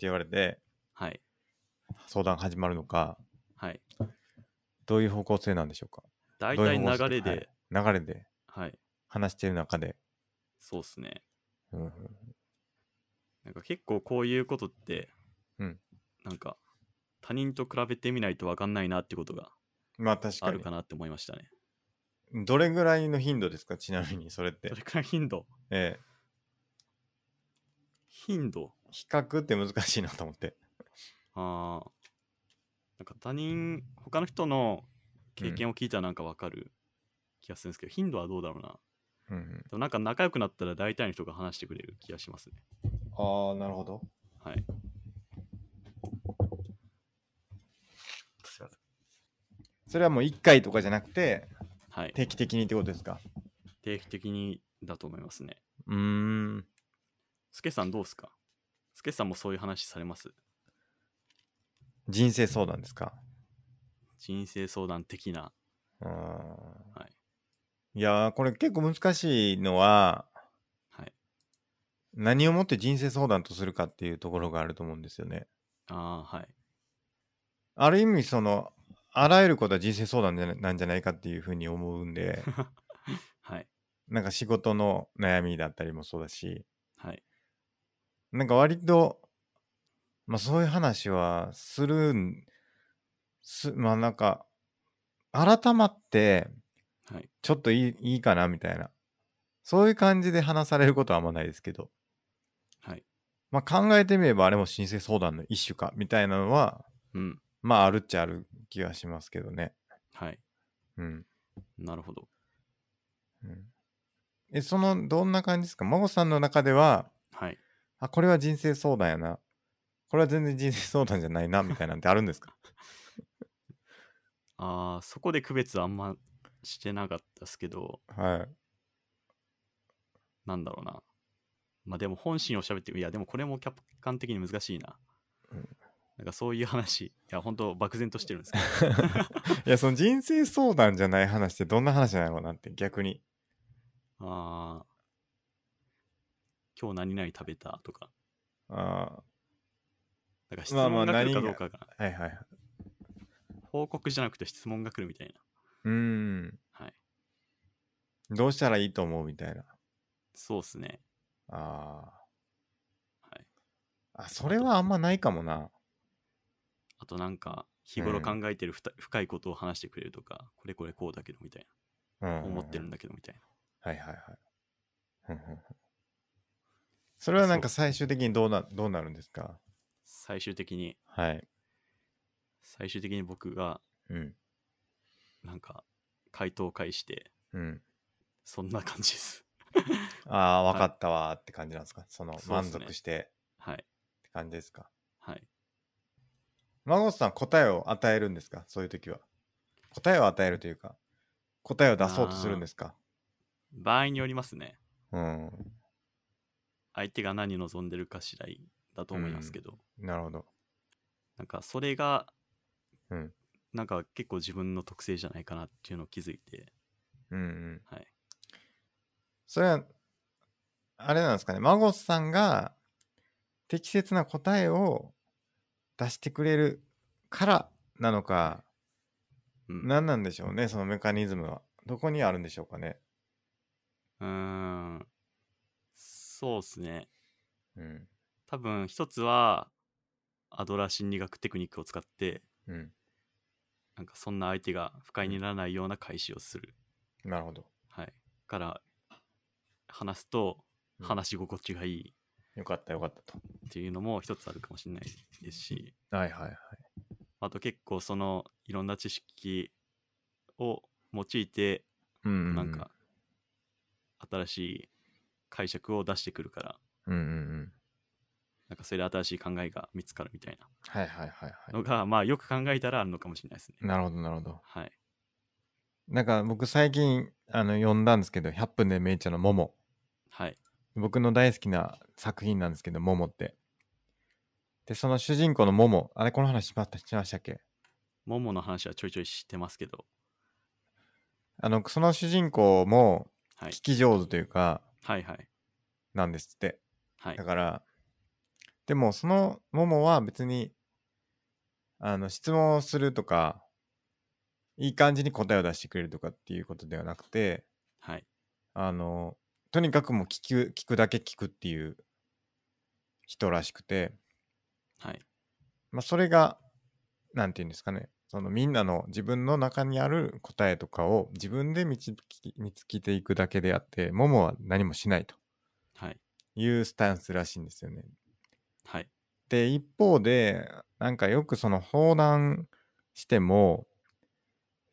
Speaker 1: 言われて、
Speaker 2: はい。
Speaker 1: 相談始まるのか、
Speaker 2: はい。
Speaker 1: どういう方向性なんでしょうか
Speaker 2: 大体
Speaker 1: どういう方
Speaker 2: 流
Speaker 1: 向性
Speaker 2: れで、
Speaker 1: はい流れで、
Speaker 2: はい。
Speaker 1: 話してる中で。
Speaker 2: そうですね。
Speaker 1: うんうん
Speaker 2: なんか結構こういうことって、
Speaker 1: うん
Speaker 2: なんか他人と比べてみないとわかんないなってことが
Speaker 1: まあ確
Speaker 2: あ
Speaker 1: か
Speaker 2: る
Speaker 1: に
Speaker 2: かなって思いましたね。
Speaker 1: どれぐらいの頻度ですかちなみにそれって
Speaker 2: どれ。くらい頻度
Speaker 1: ええ
Speaker 2: 頻度
Speaker 1: 比較って難しいなと思って。
Speaker 2: あーなんか他人、他の人の経験を聞いたらなんかわかる気がするんですけど、頻度はどうだろうな。
Speaker 1: うんうん、
Speaker 2: でもなんか仲良くなったら大体の人が話してくれる気がしますね。
Speaker 1: ああ、なるほど。
Speaker 2: はい。
Speaker 1: それはもう1回とかじゃなくて、
Speaker 2: はい。
Speaker 1: 定期的にってことですか
Speaker 2: 定期的にだと思いますね。
Speaker 1: うーん。
Speaker 2: スケさんどうですかスケさんもそういう話されます
Speaker 1: 人生相談ですか
Speaker 2: 人生相談的な。
Speaker 1: うーん。、
Speaker 2: はい
Speaker 1: やー、これ結構難しいのは、
Speaker 2: はい。
Speaker 1: 何をもって人生相談とするかっていうところがあると思うんですよね。
Speaker 2: ああ、はい。
Speaker 1: ある意味、その、あらゆることは人生相談じゃななんじゃないかっていうふうに思うん で、
Speaker 2: はい。
Speaker 1: なんか仕事の悩みだったりもそうだし、
Speaker 2: はい。
Speaker 1: なんか割と、まあそういう話はするん、す、まあなんか、改まって、
Speaker 2: はい。
Speaker 1: ちょっといい、いいかなみたいな。そういう感じで話されることはあんまないですけど、
Speaker 2: はい。
Speaker 1: まあ考えてみればあれも申請相談の一種か、みたいなのは、
Speaker 2: うん。
Speaker 1: まああるっちゃある気がしますけどね。
Speaker 2: はい。
Speaker 1: うん。
Speaker 2: なるほど。
Speaker 1: うん、え、その、どんな感じですか孫さんの中では、
Speaker 2: はい。
Speaker 1: あ、これは人生相談やな。これは全然人生相談じゃないな、みたいなんてあるんですか
Speaker 2: ああ、そこで区別はあんましてなかったですけど、
Speaker 1: はい。
Speaker 2: なんだろうな。まあでも本心を喋っていやでもこれも客観的に難しいな。
Speaker 1: うん
Speaker 2: なんかそういう話、いや本当漠然としてるんですけど、
Speaker 1: いや、その人生相談じゃない話ってどんな話なのかなって逆に。
Speaker 2: ああ、今日何々食べたとか、
Speaker 1: あ
Speaker 2: なんか質
Speaker 1: まあまあ
Speaker 2: 問が来るか
Speaker 1: 何
Speaker 2: ど
Speaker 1: が
Speaker 2: うかが、
Speaker 1: あ、はいはい。
Speaker 2: 報告じゃなくて質問が来るみたいな。
Speaker 1: うーん。
Speaker 2: はい。
Speaker 1: どうしたらいいと思うみたいな。
Speaker 2: そうっすね。
Speaker 1: あ
Speaker 2: はい。
Speaker 1: あ。あ、それはあんまないかもな。
Speaker 2: あとなんか、日頃
Speaker 1: う
Speaker 2: 考えてるふた深いことを話してくれるとか、これこれこうだけどみたい
Speaker 1: うん
Speaker 2: な、。思ってるんだけどみたいな。
Speaker 1: はいはいはい。ふんふんふんそれはなんか最終的にどうな、どうなるんですか
Speaker 2: 最終的に、
Speaker 1: はい。
Speaker 2: 最終的に僕が、
Speaker 1: うん。
Speaker 2: なんか、回答を返して、
Speaker 1: うん。
Speaker 2: そんな感じです。
Speaker 1: ああ、わかったわーって感じなんですか、その
Speaker 2: そうっ
Speaker 1: 満
Speaker 2: すね
Speaker 1: 足して
Speaker 2: はい。
Speaker 1: って感じですか
Speaker 2: はい。
Speaker 1: 孫さん答えを与えるんですかそういう時は答えを与えるというか答えを出そうとするんですか
Speaker 2: 場合によりますね。
Speaker 1: うん
Speaker 2: 相手が何望んでるか次第だと思いますけど、
Speaker 1: なるほど
Speaker 2: なんかそれが、
Speaker 1: うん
Speaker 2: なんか結構自分の特性じゃないかなっていうのを気づいて、
Speaker 1: うんうん
Speaker 2: はい。
Speaker 1: それはあれなんですかね孫さんが適切な答えを出してくれるからなのか
Speaker 2: うん、
Speaker 1: 何なんでしょうねそのメカニズムはどこにあるんでしょうかね
Speaker 2: うーん。そうですね。
Speaker 1: うん
Speaker 2: 多分一つはアドラー心理学テクニックを使って
Speaker 1: うん
Speaker 2: なんかそんな相手が不快にならないような返しをする。
Speaker 1: なるほど。
Speaker 2: はい。から、話すと
Speaker 1: うん
Speaker 2: 話し心地がいい
Speaker 1: よかったよかったと。
Speaker 2: っていうのも一つあるかもしれないですし、
Speaker 1: はいはいはい。
Speaker 2: あと結構そのいろんな知識を用いて、
Speaker 1: うんうう
Speaker 2: なんか新しい解釈を出してくるから、
Speaker 1: うんうんうん。
Speaker 2: なんかそれで新しい考えが見つかるみたいな
Speaker 1: はいはいはいは
Speaker 2: のが、まあよく考えたらあるのかもしれないです
Speaker 1: い。
Speaker 2: ね。
Speaker 1: なるほどなるほど。
Speaker 2: はい。
Speaker 1: なんか僕最近あの読んだんですけど、100分でめいちゃんのモモ。
Speaker 2: はい。
Speaker 1: 僕の大好きな作品なんですけど、モモって。で、その主人公のモモ、あれこの話しましたしましたっけ
Speaker 2: モモの話はちょいちょいしてますけど、
Speaker 1: あの、その主人公も
Speaker 2: はい。
Speaker 1: 聞き上手というか、
Speaker 2: はいはい。
Speaker 1: なんですって。
Speaker 2: はい
Speaker 1: だ。から、でもそのモモは別に、あの、質問をするとか、いい感じに答えを出してくれるとかっていうことではなくて、
Speaker 2: はい。
Speaker 1: あの、とにかくもう聞く、聞くだけ聞くっていう人らしくて、
Speaker 2: はい。
Speaker 1: まあ、それが、なんていうんですかね、そのみんなの自分の中にある答えとかを自分で導き見つけていくだけであって、モモは何もしないと
Speaker 2: はい。
Speaker 1: いうスタンスらしいんですよね。
Speaker 2: はい。
Speaker 1: で、一方で、なんかよくその放談しても、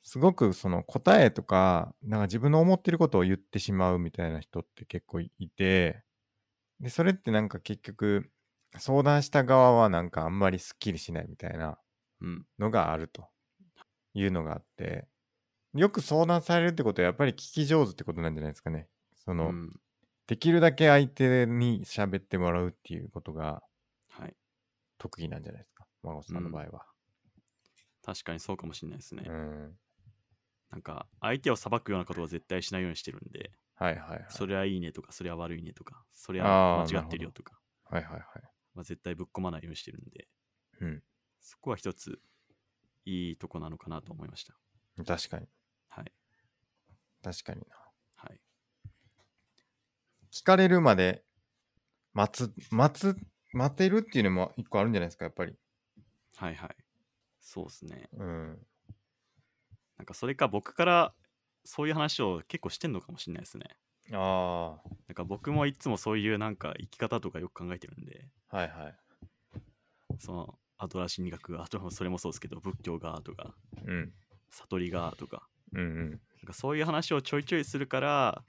Speaker 1: すごくその答えとか、なんか自分の思ってることを言ってしまうみたいな人って結構いて、で、それってなんか結局、相談した側はなんかあんまりスッキリしないみたいな
Speaker 2: うん。
Speaker 1: のがあるというのがあって、よく相談されるってことはやっぱり聞き上手ってことなんじゃないですかね。そうの、
Speaker 2: ん。
Speaker 1: できるだけ相手に喋ってもらうっていうことが
Speaker 2: はい。
Speaker 1: 特技なんじゃないですか孫さんの場合は。
Speaker 2: 確かにそうかもしれないですね。
Speaker 1: うん。
Speaker 2: なんか、相手を裁くようなことは絶対しないようにしてるんで、
Speaker 1: はいはいはい。
Speaker 2: それはいいねとか、それは悪いねとか、それ
Speaker 1: あ
Speaker 2: は
Speaker 1: ー
Speaker 2: 間違ってるよとか、
Speaker 1: はいはいはい。
Speaker 2: まあ、絶対ぶっ込まないようにしてるんで、
Speaker 1: うん。
Speaker 2: そこは一ついいとこなのかなと思いました。
Speaker 1: 確かに。
Speaker 2: はい。
Speaker 1: 確かにな。
Speaker 2: はい。
Speaker 1: 聞かれるまで待つ、待つ、待てるっていうのも一個あるんじゃないですか、やっぱり。
Speaker 2: はいはい。そうですね。
Speaker 1: うん。
Speaker 2: なんか、それか僕からそういう話を結構してんのかもしれないですね。
Speaker 1: あ
Speaker 2: なんか僕もいつもそういうなんか生き方とかよく考えてるんで、
Speaker 1: あ。はいはい。
Speaker 2: そのアドラー心理学が、あとそれもそうですけど、仏教がとか、
Speaker 1: うん。
Speaker 2: 悟りがとか、
Speaker 1: うんうん。
Speaker 2: なんかそういう話をちょいちょいするから、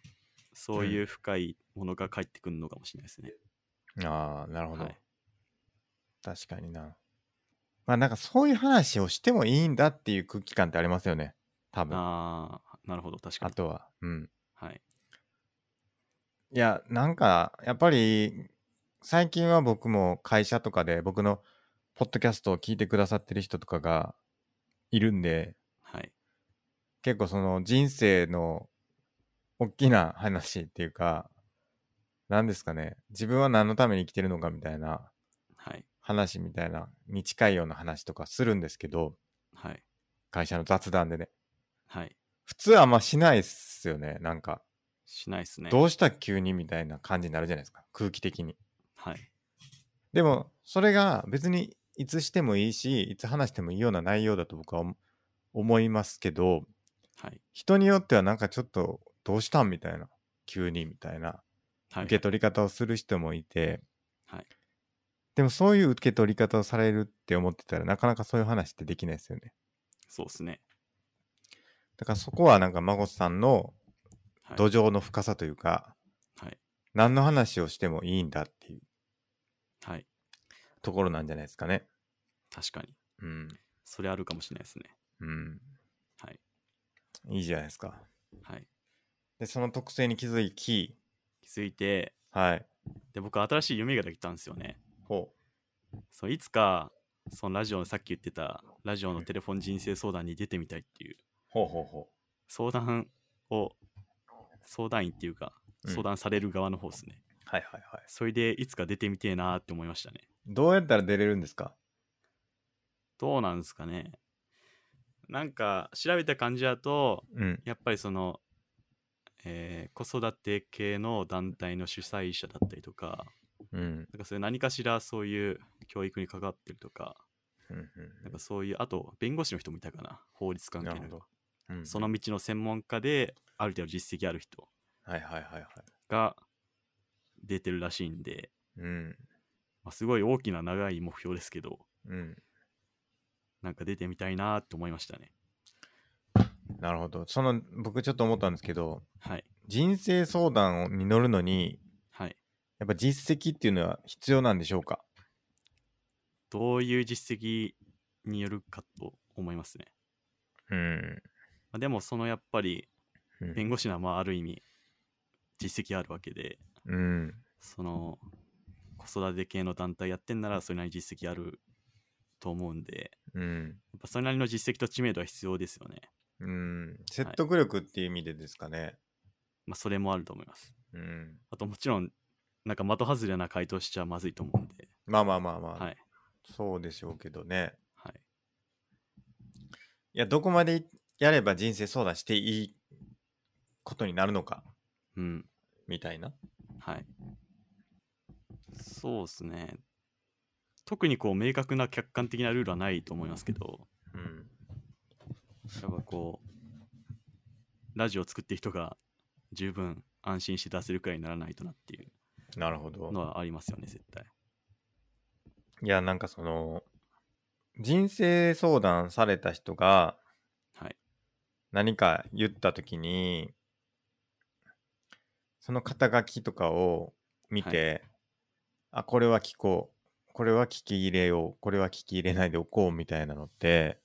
Speaker 2: そういう深いものが返ってくるのかもしれないですね。
Speaker 1: ああ、なるほど、
Speaker 2: はい
Speaker 1: 確かにな。まあなんかそういう話をしてもいいんだっていう空気感ってありますよね。多分。あ
Speaker 2: ああ、なるほど、確かに。
Speaker 1: とは。うん。
Speaker 2: はい。
Speaker 1: いや、なんか、やっぱり、最近は僕も会社とかで、僕のポッドキャストを聞いてくださってる人とかがいるんで、
Speaker 2: はい。
Speaker 1: 結構その人生の大きな話っていうか、何ですかね、自分は何のために生きてるのかみたいな
Speaker 2: はい。
Speaker 1: 話みたいな、に近いような話とかするんですけど、
Speaker 2: はい。
Speaker 1: 会社の雑談でね。
Speaker 2: はい。
Speaker 1: 普通はあんましないっすよね、なんか。
Speaker 2: しないですね。
Speaker 1: どうした急にみたいな感じになるじゃないですか、空気的に。
Speaker 2: はい。
Speaker 1: でも、それが別にいつしてもいいし、いつ話してもいいような内容だと僕は思思いますけど、
Speaker 2: はい。
Speaker 1: 人によってはなんかちょっと、どうしたんみたいな、急にみたいな、
Speaker 2: はい。
Speaker 1: 受け取り方をする人もいて、
Speaker 2: はい
Speaker 1: でもそういう受け取り方をされるって思ってたら、なかなかそういう話ってできないですよね。
Speaker 2: そうですね。
Speaker 1: だからそこはなんか、孫さんの
Speaker 2: はい。
Speaker 1: 土壌の深さというか、
Speaker 2: はい。
Speaker 1: 何の話をしてもいいんだっていう
Speaker 2: はい。
Speaker 1: ところなんじゃないですかね。
Speaker 2: 確かに。
Speaker 1: うん。
Speaker 2: それあるかもしれないですね。
Speaker 1: うん。
Speaker 2: はい。
Speaker 1: いいじゃないですか。
Speaker 2: はい。
Speaker 1: で、その特性に気づき、
Speaker 2: 気づいて、
Speaker 1: はい。
Speaker 2: で、僕、新しい夢ができたんですよね。
Speaker 1: ほ
Speaker 2: そういつかそのラジオのさっき言ってたラジオのテレフォン人生相談に出てみたいっていう
Speaker 1: う。ほうほうほ
Speaker 2: 相談を相談員っていうか
Speaker 1: うん
Speaker 2: 相談される側の方ですね、
Speaker 1: う。はいはいはい。
Speaker 2: それでいつか出てみてえなーって思いましたね
Speaker 1: どうやったら出れるんですか
Speaker 2: どうなんですかねなんか調べた感じだと
Speaker 1: うん。
Speaker 2: やっぱりその、えー子育て系の団体の主催者だったりとか
Speaker 1: うん。
Speaker 2: なんかそれ何かしらそういう教育に関わってるとか
Speaker 1: うんうん
Speaker 2: なんかそういう、あと、弁護士の人もいたかな。法律関係
Speaker 1: なる
Speaker 2: の
Speaker 1: ほ
Speaker 2: 人
Speaker 1: ど。うんうん
Speaker 2: その道の専門家で、ある程度実績ある人
Speaker 1: はいはいはいはい。
Speaker 2: が出てるらしいんで、
Speaker 1: うん。
Speaker 2: まあ、すごい大きな長い目標ですけど、
Speaker 1: うん。
Speaker 2: なんか出てみたいなと思いましたね。
Speaker 1: なるほど。その、僕ちょっと思ったんですけど、
Speaker 2: はい。
Speaker 1: 人生相談をに乗るのに、
Speaker 2: はい。
Speaker 1: やっぱ実績っていうのは必要なんでしょうか
Speaker 2: どういう実績によるかと思いますね。
Speaker 1: うん。
Speaker 2: まあ、でも、そのやっぱり、
Speaker 1: うん
Speaker 2: 弁護士はまあ、ある意味、実績あるわけで、
Speaker 1: うん。
Speaker 2: その、子育て系の団体やってんなら、それなりに実績あると思うんで、
Speaker 1: うん。
Speaker 2: やっぱそれなりの実績と知名度は必要ですよね。
Speaker 1: うん。説得力っていう意味でですかね。
Speaker 2: まあ、それもあると思います。
Speaker 1: うん。
Speaker 2: あと、もちろん、なんか的外れな回答しちゃまずいと思うんで、
Speaker 1: まあまあまあまあ、
Speaker 2: はい。
Speaker 1: そうでしょうけどね。
Speaker 2: はい。
Speaker 1: いや、どこまでやれば人生相談していいことになるのか、
Speaker 2: うん。
Speaker 1: みたいな。
Speaker 2: はい。そうですね。特にこう、明確な客観的なルールはないと思いますけど、
Speaker 1: うん。
Speaker 2: やっぱこう、ラジオを作ってる人が十分安心して出せるくらいにならないとなっていう
Speaker 1: なるほど。
Speaker 2: のはありますよね、絶対。
Speaker 1: いや、なんかその、人生相談された人が
Speaker 2: はい。
Speaker 1: 何か言ったときに、その肩書きとかを見て、あ、これは聞こう、これは聞き入れよう、これは聞き入れないでおこうみたいなのって、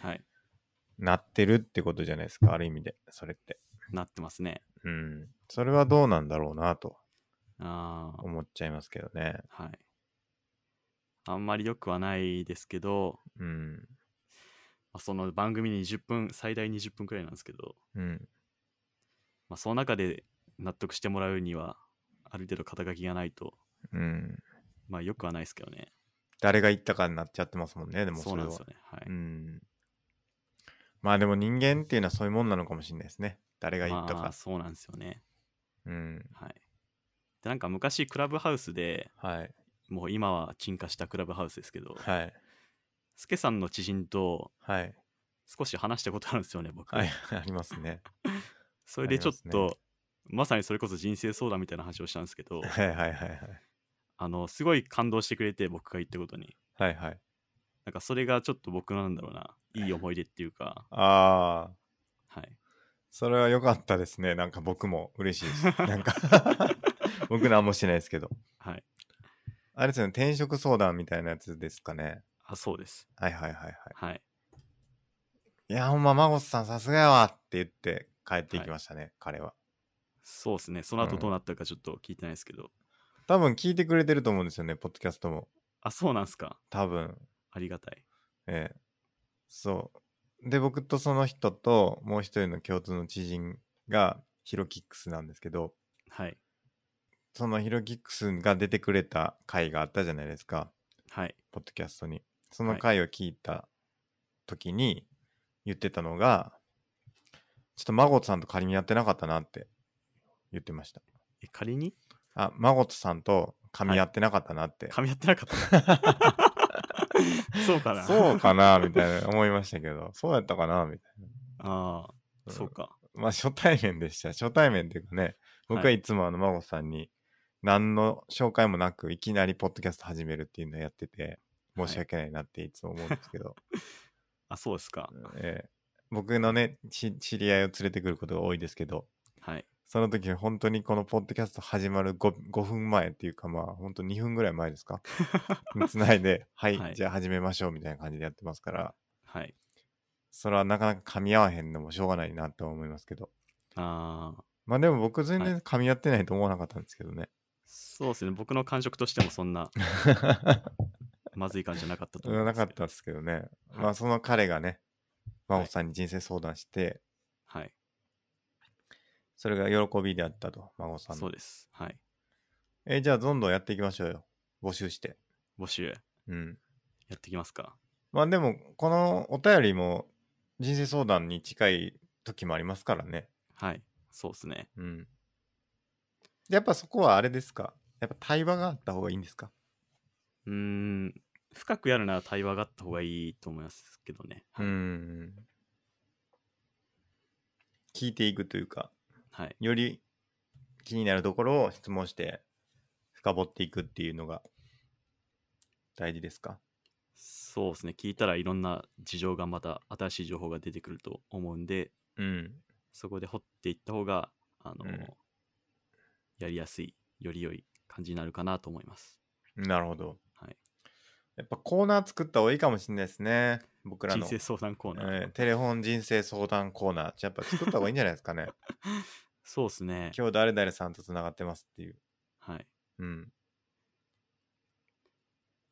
Speaker 2: はい。
Speaker 1: なってるってことじゃないですか、ある意味で、それって。
Speaker 2: なってますね。
Speaker 1: うん。それはどうなんだろうなと
Speaker 2: ああ。
Speaker 1: 思っちゃいますけどね。
Speaker 2: はい。あんまり良くはないですけど、
Speaker 1: うん。
Speaker 2: まあ、その番組に20分、最大20分くらいなんですけど、
Speaker 1: うん。
Speaker 2: まあ、その中で納得してもらうには、ある程度肩書きがないと、
Speaker 1: うん。
Speaker 2: まあ良くはないですけどね。
Speaker 1: 誰が言ったかになっちゃってますもんね、でも
Speaker 2: そ
Speaker 1: そうれ
Speaker 2: なん
Speaker 1: は
Speaker 2: です。よね。はい。
Speaker 1: うん。まあでも人間っていうのはそういうもんなのかもしれないですね。誰が言ったか。
Speaker 2: まあ、そうなんですよね。
Speaker 1: うん。
Speaker 2: はい。で、なんか昔、クラブハウスで、
Speaker 1: はい。
Speaker 2: もう今は沈下したクラブハウスですけど、
Speaker 1: はい。
Speaker 2: スケさんの知人と
Speaker 1: はい。
Speaker 2: 少し話したことあるんですよね、僕。
Speaker 1: はい。 ありますね。
Speaker 2: それでちょっ
Speaker 1: ありま
Speaker 2: と、まさにそれこそ人生相談みたいな話をしたんですけど、
Speaker 1: はいはいはいはい。
Speaker 2: あの、すごい感動してくれて、僕が言ったことに。
Speaker 1: はいはい。
Speaker 2: なんかそれがちょっと僕のなんだろうな、いい思い出っていうか、
Speaker 1: ああ、
Speaker 2: はい。
Speaker 1: それは良かったですね。なんか僕も嬉しい です。なんか、僕なんもしてないですけど。
Speaker 2: はい。
Speaker 1: あれですよね、転職相談みたいなやつですかね。
Speaker 2: あ、そうです。
Speaker 1: はいはいはいはい。
Speaker 2: はい。
Speaker 1: いや、ほんま、マゴスさんさすがやわって言って帰っていきましたね、彼は。
Speaker 2: そうですね。その後どうなったかちょっと聞いてないですけど。
Speaker 1: 多分聞いてくれてると思うんですよね、ポッドキャストも。
Speaker 2: あ、そうなんすか。
Speaker 1: 多分。
Speaker 2: ありがたい。
Speaker 1: ええ。そう。で、僕とその人と、もう一人の共通の知人が、ヒロキックスなんですけど、
Speaker 2: はい。
Speaker 1: そのヒロキックスが出てくれた回があったじゃないですか、
Speaker 2: はい。
Speaker 1: ポッドキャストに。その回を聞いた時に言ってたのが、ちょっとマゴトさんと仮にやってなかったなって言ってました。
Speaker 2: え、仮に
Speaker 1: あ、マゴトさんと噛み合ってなかったなって。
Speaker 2: 噛み合ってな かったなそうかな。
Speaker 1: そうかなみたいな思いましたけど、 そうやったかなみたい
Speaker 2: ああ、
Speaker 1: な。
Speaker 2: そうか。
Speaker 1: まあ初対面でした。初対面っていうかね、僕はいつもあの、孫さんに、何の紹介もなく、いきなりポッドキャスト始めるっていうのをやってて、申し訳ないなっていつも思うんですけど、
Speaker 2: あ、そうですか。
Speaker 1: ええ僕のねし知り合いを連れてくることが多いですけど、
Speaker 2: はい。
Speaker 1: その時本当にこのポッドキャスト始まる 5, 5分前っていうか、まあ本当2分ぐらい前です かつないで、はい、
Speaker 2: はい
Speaker 1: じゃあ始めましょうみたいな感じでやってますから、
Speaker 2: はい。
Speaker 1: それはなかなか噛み合わへんのもしょうがないなとは思いますけど。
Speaker 2: ああ、
Speaker 1: まあでも僕全
Speaker 2: は
Speaker 1: 然噛み合ってないと思わなかったんですけど ね。
Speaker 2: そうですね。僕の感触としてもそ んなまずい感じじゃなかったと思
Speaker 1: な
Speaker 2: いますけ
Speaker 1: か
Speaker 2: ど。
Speaker 1: ったですけどね。
Speaker 2: はい
Speaker 1: まあその彼がね、真帆さんに人生相談して、
Speaker 2: はい。
Speaker 1: それが喜びであったと、真帆さん
Speaker 2: そ
Speaker 1: の
Speaker 2: う。です。はい。
Speaker 1: えー、じゃあどんどんやっていきましょうよ。募集して。
Speaker 2: 募集
Speaker 1: うん。
Speaker 2: やっていきますか。
Speaker 1: まあでも、このお便りも人生相談に近い時もありますからね。
Speaker 2: はい。そうですね。
Speaker 1: うん。やっぱそこはあれですかやっぱ対話があった方がいいんですか
Speaker 2: うーん。深くやるなら対話があった方がいいと思いますけどね。
Speaker 1: う
Speaker 2: はい。
Speaker 1: ん。聞いていくというか、
Speaker 2: はい、
Speaker 1: より気になるところを質問して深掘っていくっていうのが大事ですか
Speaker 2: そうですね。聞いたらいろんな事情がまた新しい情報が出てくると思うんで、
Speaker 1: うん。
Speaker 2: そこで掘っていった方が、あの、
Speaker 1: うん
Speaker 2: やりやすい、より良い感じになるかなと思います。
Speaker 1: なるほど。
Speaker 2: はい。
Speaker 1: やっぱコーナー作った方がいいかもしれないですね。僕ら
Speaker 2: 人
Speaker 1: の。
Speaker 2: 生相談コーナー。
Speaker 1: えーテレフォン人生相談コーナー。やっぱ作った方がいいんじゃないですか ね。
Speaker 2: そうですね。
Speaker 1: 今日誰々さんとつながってますっていう。
Speaker 2: はい。
Speaker 1: うん。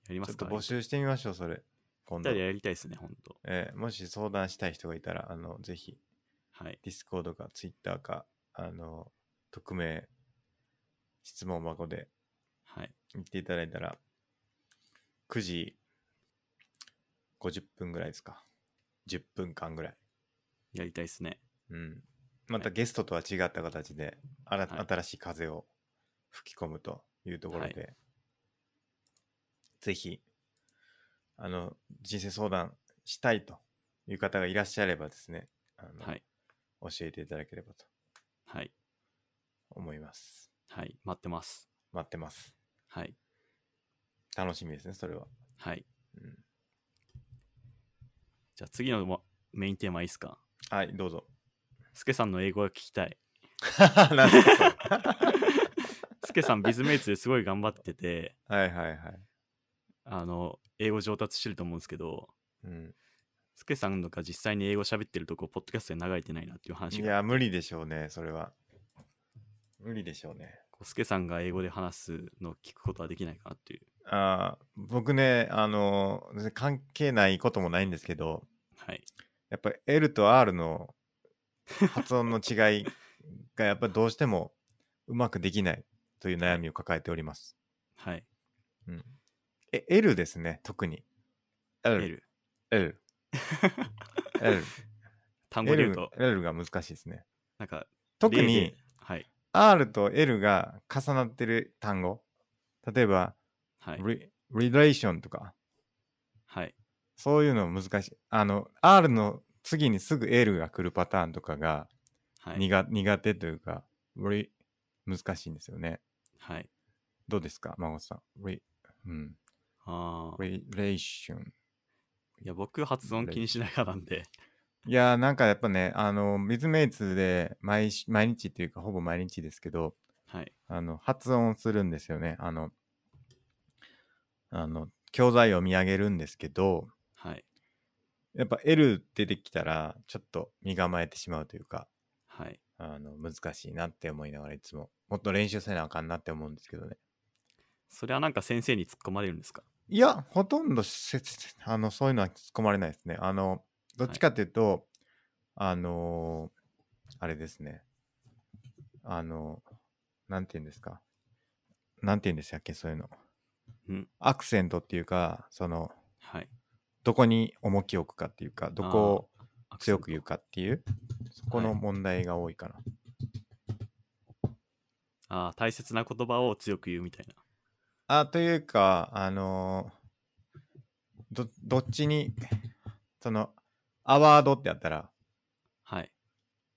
Speaker 2: やりま
Speaker 1: ちょ
Speaker 2: す
Speaker 1: っ
Speaker 2: か
Speaker 1: と募集してみましょう、それ。今
Speaker 2: 二
Speaker 1: 度
Speaker 2: 人。でやりたいですね、本当
Speaker 1: えーもし相談したい人がいたら、あの、ぜひ、
Speaker 2: はい。
Speaker 1: ディスコードか、ツイッターか、あの、匿名、質問箱で
Speaker 2: はい。
Speaker 1: 言っていただいたら、9時50分ぐらいですか。10分間ぐらい。
Speaker 2: やりたいですね。
Speaker 1: うん。また
Speaker 2: はい
Speaker 1: ゲストとは違った形で、あら
Speaker 2: はい
Speaker 1: 新しい風を吹き込むというところで、ぜひ、あの、人生相談したいという方がいらっしゃればですね、あの
Speaker 2: はい。
Speaker 1: 教えていただければと
Speaker 2: はい。
Speaker 1: 思います。
Speaker 2: はい。待ってます。
Speaker 1: 待ってます。
Speaker 2: はい。
Speaker 1: 楽しみですね、それは。
Speaker 2: はい。
Speaker 1: うん、
Speaker 2: じゃあ次のもメインテーマいいですか
Speaker 1: はい、どう ぞ。
Speaker 2: スケさんの英語が聞きた い。
Speaker 1: 何ですかそれ
Speaker 2: スケさん、ビズメイツですごい頑張ってて、
Speaker 1: はいはいはい。
Speaker 2: あの、英語上達してると思うんですけど、
Speaker 1: うん、
Speaker 2: スケさんが実際に英語喋ってるとこ、ポッドキャストで流れてないなっていう話
Speaker 1: い
Speaker 2: が、
Speaker 1: や、無理でしょうね、それは。無理でしょうね。
Speaker 2: こうスケさんが英語で話すのを聞くことはできないかなっていう。
Speaker 1: あー僕ね、あの全然関係ないこともないんですけど、
Speaker 2: はい。
Speaker 1: やっぱり L と R の発音の違いがやっぱりどうしてもうまくできないという悩みを抱えております。
Speaker 2: はい。
Speaker 1: うん、え、L ですね、特に。L。
Speaker 2: L。
Speaker 1: L。L。
Speaker 2: 単語で言
Speaker 1: L
Speaker 2: うと、
Speaker 1: L が難しいですね。
Speaker 2: なんか、
Speaker 1: 特
Speaker 2: 例
Speaker 1: に
Speaker 2: で、はい。
Speaker 1: R と L が重なってる単語。例えば、
Speaker 2: はい。
Speaker 1: re- relation とか。
Speaker 2: はい。
Speaker 1: そういうの難しい。あの、R の次にすぐ L が来るパターンとかが
Speaker 2: はい。
Speaker 1: 苦,、苦手というか、re- 難しいんですよね。
Speaker 2: はい。
Speaker 1: どうですか、孫さん。re- うん、
Speaker 2: ああ。
Speaker 1: relation。
Speaker 2: いや、僕、発音気にしながらなんで、
Speaker 1: いやーなんかやっぱね、あの、ビズメイツで毎し毎日っていうか、ほぼ毎日ですけど、
Speaker 2: はい。
Speaker 1: あの、発音するんですよね。あの、あの、教材を見上げるんですけど、
Speaker 2: はい。
Speaker 1: やっぱ L 出てきたら、ちょっと身構えてしまうというか、
Speaker 2: はい。
Speaker 1: あの難しいなって思いながらいつももっと練習せなあかんなって思うんですけどね
Speaker 2: それはなんか先生に突っ込まれるんですか
Speaker 1: いやほとんどせせあのそういうのは突っ込まれないですねあのどっちかっていうと、あのーあれですねあのなんて言うんですかなんて言うんでしたっけそういうの
Speaker 2: うん
Speaker 1: アクセントっていうかその
Speaker 2: はい。
Speaker 1: どこに重きを置くかっていうかどこを
Speaker 2: アクセン
Speaker 1: 強
Speaker 2: ト
Speaker 1: く言うかっていうそこの問題が多いかな、
Speaker 2: ああ、大切な言葉を強く言うみたいな。
Speaker 1: あ、というか、あのーど、どっちに、その、アワードってやったら、
Speaker 2: はい。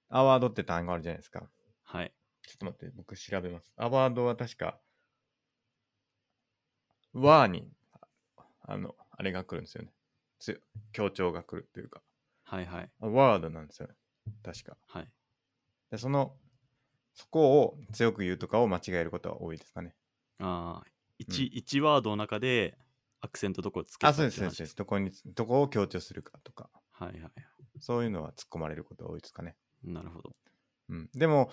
Speaker 1: アワードって単語あるじゃないですか。
Speaker 2: はい。
Speaker 1: ちょっと待って、僕調べます。アワードは確か、ワーに、あの、あれが来るんですよね。つ強調が来るというか、
Speaker 2: はいはい。
Speaker 1: ワードなんですよね。確か。
Speaker 2: はい。
Speaker 1: で、その、そこを強く言うとかを間違えることは多いですかね。
Speaker 2: ああ、一、一ワードの中でアクセントどこをつける
Speaker 1: あ、
Speaker 2: か
Speaker 1: そうです、そうです。そうで
Speaker 2: って
Speaker 1: すどこに、どこを強調するかとか、
Speaker 2: 話です。はいはい。
Speaker 1: そういうのは突っ込まれることが多いですかね。
Speaker 2: なるほど。
Speaker 1: うん、でも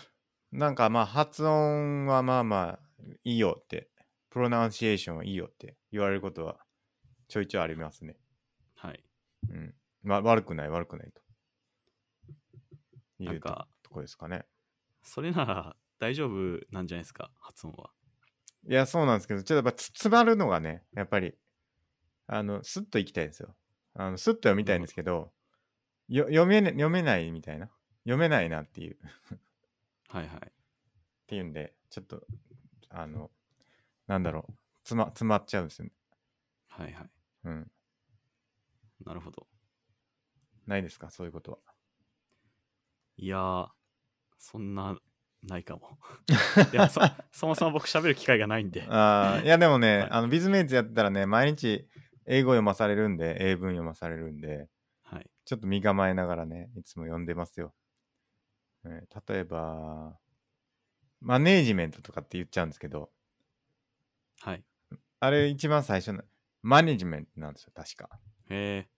Speaker 1: なんかまあ発音はまあまあいいよってプロナウンシエーションはいいよって言われることはちょいちょいありますね、
Speaker 2: はい。
Speaker 1: うんまあ、悪くない悪くないとい
Speaker 2: な
Speaker 1: うんと
Speaker 2: か、
Speaker 1: とこですかね
Speaker 2: それなら大丈夫なんじゃないですか、発音は。
Speaker 1: いやそうなんですけどちょっとやっぱつ詰まるのがねやっぱりあのスッといきたいんですよあのスッと読みたいんですけどよ読めね読めないみたいな読めないなっていう
Speaker 2: はいはい。
Speaker 1: っていうんで、ちょっと、あの、なんだろう、つま、詰まっちゃうんですよね。
Speaker 2: はいはい。
Speaker 1: うん。
Speaker 2: なるほど。
Speaker 1: ないですかそういうことは。
Speaker 2: いやー、そんな、ない かも。 いやそそもそも僕喋る機会がないんで。
Speaker 1: あーいやでもね、
Speaker 2: はい
Speaker 1: あのビズメイツやってたらね毎日英語読まされるんで英文読まされるんで
Speaker 2: はい。
Speaker 1: ちょっと身構えながらねいつも読んでますよ、ね例えばマネージメントとかって言っちゃうんですけど
Speaker 2: はい。
Speaker 1: あれ一番最初のマネジメントなんですよ確か
Speaker 2: え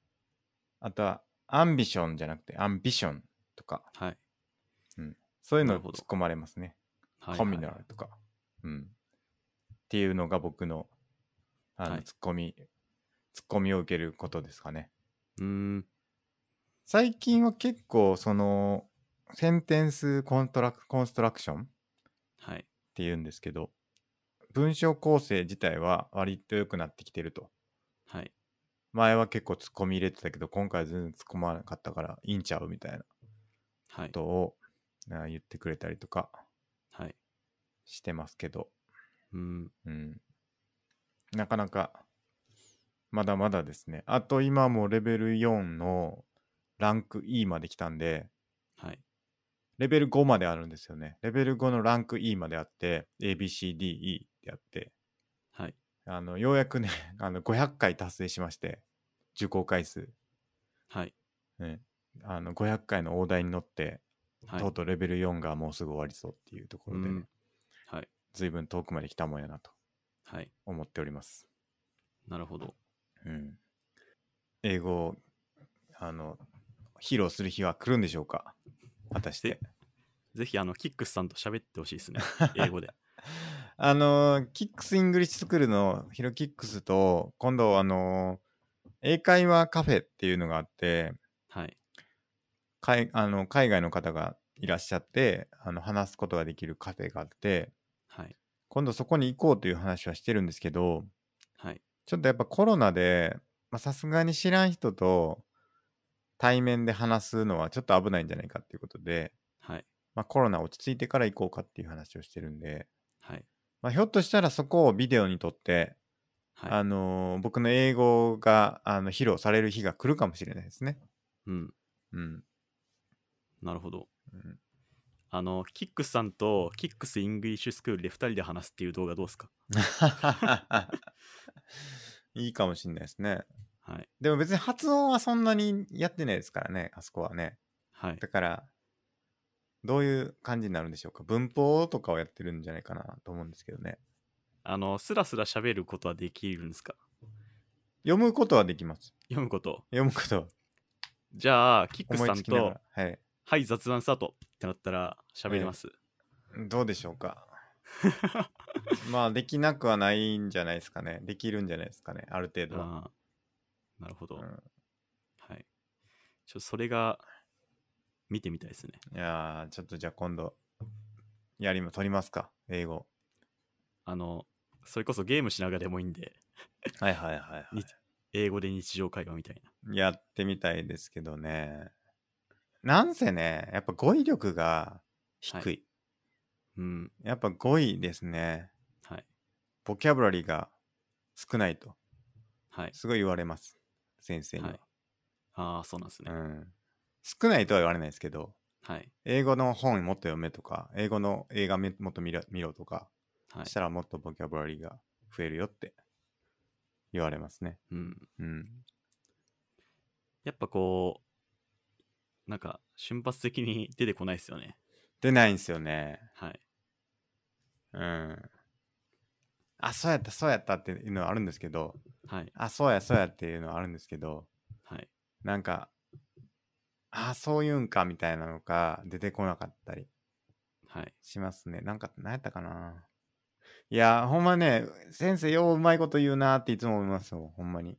Speaker 1: あとはアンビションじゃなくてアンビションとか
Speaker 2: ー、はい。
Speaker 1: そういうの
Speaker 2: なるほど
Speaker 1: 突っ込まれますね
Speaker 2: はい、
Speaker 1: コミナ
Speaker 2: はい
Speaker 1: ルとか、うん、っていうのが僕のあの、
Speaker 2: はい
Speaker 1: ツッコミツッコミを受けることですかね
Speaker 2: うーん。
Speaker 1: 最近は結構そのセンテンスコントラクコンストラクションっ
Speaker 2: はい。
Speaker 1: ていうんですけど文章構成自体は割と良くなってきてると
Speaker 2: はい。
Speaker 1: 前は結構ツッコミ入れてたけど今回は全然ツッコまなかったからいいんちゃうみたいなこ
Speaker 2: はい。
Speaker 1: とをあ言ってくれたりとか
Speaker 2: はい。
Speaker 1: してますけど
Speaker 2: うーん。
Speaker 1: うん。なかなか、まだまだですね。あと今もうレベル4のランク E まで来たんで、
Speaker 2: はい。
Speaker 1: レベル5まであるんですよね。レベル5のランク E まであって、ABCDE ってやって、
Speaker 2: はい。
Speaker 1: あの、ようやくね、 あの、500回達成しまして、受講回数。
Speaker 2: はい。
Speaker 1: ね、あの、500回の大台に乗って、
Speaker 2: はい。
Speaker 1: とうとうレベル4がもうすぐ終わりそうっていうところで、
Speaker 2: う
Speaker 1: ね
Speaker 2: ん、はい。
Speaker 1: 随分遠くまで来たもんやなと
Speaker 2: はい。
Speaker 1: 思っております。
Speaker 2: なるほど。
Speaker 1: うん、英語をあの披露する日は来るんでしょうか果たして
Speaker 2: ぜ。ぜひ、あの、キックスさんと喋ってほしいで すね。英語で。
Speaker 1: あのーキックスイングリッシュスクールのヒロキックスと今度あのー英会話カフェっていうのがあって
Speaker 2: はい。
Speaker 1: 海あの海外の方がいらっしゃってあの話すことができるカフェがあって
Speaker 2: はい。
Speaker 1: 今度そこに行こうという話はしてるんですけど
Speaker 2: はい。
Speaker 1: ちょっとやっぱコロナでまあさすがに知らん人と対面で話すのはちょっと危ないんじゃないかっていうことで
Speaker 2: はい。
Speaker 1: まあ、コロナ落ち着いてから行こうかっていう話をしてるんで、
Speaker 2: はい。
Speaker 1: まあ、ひょっとしたらそこをビデオに撮って、
Speaker 2: は
Speaker 1: あ
Speaker 2: い。
Speaker 1: のー僕の英語があの披露される日が来るかもしれないですね。
Speaker 2: うん。
Speaker 1: うん。
Speaker 2: なるほど。
Speaker 1: うん
Speaker 2: あの、キックスさんとキックスイングリッシュスクールで2人で話すっていう動画どうですか
Speaker 1: いいかもしれないですね。
Speaker 2: はい。
Speaker 1: でも別に発音はそんなにやってないですからね、あそこはね。
Speaker 2: はい。
Speaker 1: だから、どういう感じになるんでしょうか。文法とかをやってるんじゃないかなと思うんですけどね。
Speaker 2: あの、スラスラ喋ることはできるんですか
Speaker 1: 読むことはできます。
Speaker 2: 読むこと。
Speaker 1: 読むことは
Speaker 2: じゃあ、キックス
Speaker 1: 思
Speaker 2: さ
Speaker 1: い
Speaker 2: ん
Speaker 1: つきなが
Speaker 2: と
Speaker 1: ら。、はい。
Speaker 2: はい、雑談スタートってなったら喋れます。
Speaker 1: どうでしょう かまあできなくはないんじゃないですかねできるんじゃないですかねある程度は、
Speaker 2: あーなるほど。
Speaker 1: うん
Speaker 2: はい。ちょそれが見てみたいですね。
Speaker 1: いやーちょっとじゃあ今度やりも取りますか英語
Speaker 2: あの、それこそゲームしながらでもいいんで、
Speaker 1: はいはいはい、はい
Speaker 2: 英語で日常会話みたいな。
Speaker 1: やってみたいですけどねなんせねやっぱ語彙力が低い、
Speaker 2: はうん。
Speaker 1: やっぱ語彙ですね
Speaker 2: はい。
Speaker 1: ボキャブラリーが少ないと
Speaker 2: はい。
Speaker 1: すごい言われます先生には、
Speaker 2: はいああ、そうなんですね。
Speaker 1: うん、少ないとは言われないですけど
Speaker 2: はい。
Speaker 1: 英語の本もっと読めとか、英語の映画めもっと見ろ見ろとか、
Speaker 2: はい
Speaker 1: し。たらもっとボキャブラリーが増えるよって言われますね。
Speaker 2: うん。
Speaker 1: うん。
Speaker 2: やっぱこう、なんか瞬発的に出てこないですよね。
Speaker 1: 出ないんすよね。
Speaker 2: はい。
Speaker 1: うん。あ、そうやった、そうやったっていうのはあるんですけど、
Speaker 2: はい。
Speaker 1: あ、そうや、そうやっていうのはあるんですけど、
Speaker 2: はい。
Speaker 1: なんか、あ、そういうんかみたいなのが出てこなかったり
Speaker 2: はい。
Speaker 1: しますね。なんか、何やったかな。いや、ほんまね、先生よううまいこと言うなっていつも思いますよ、ほんまに。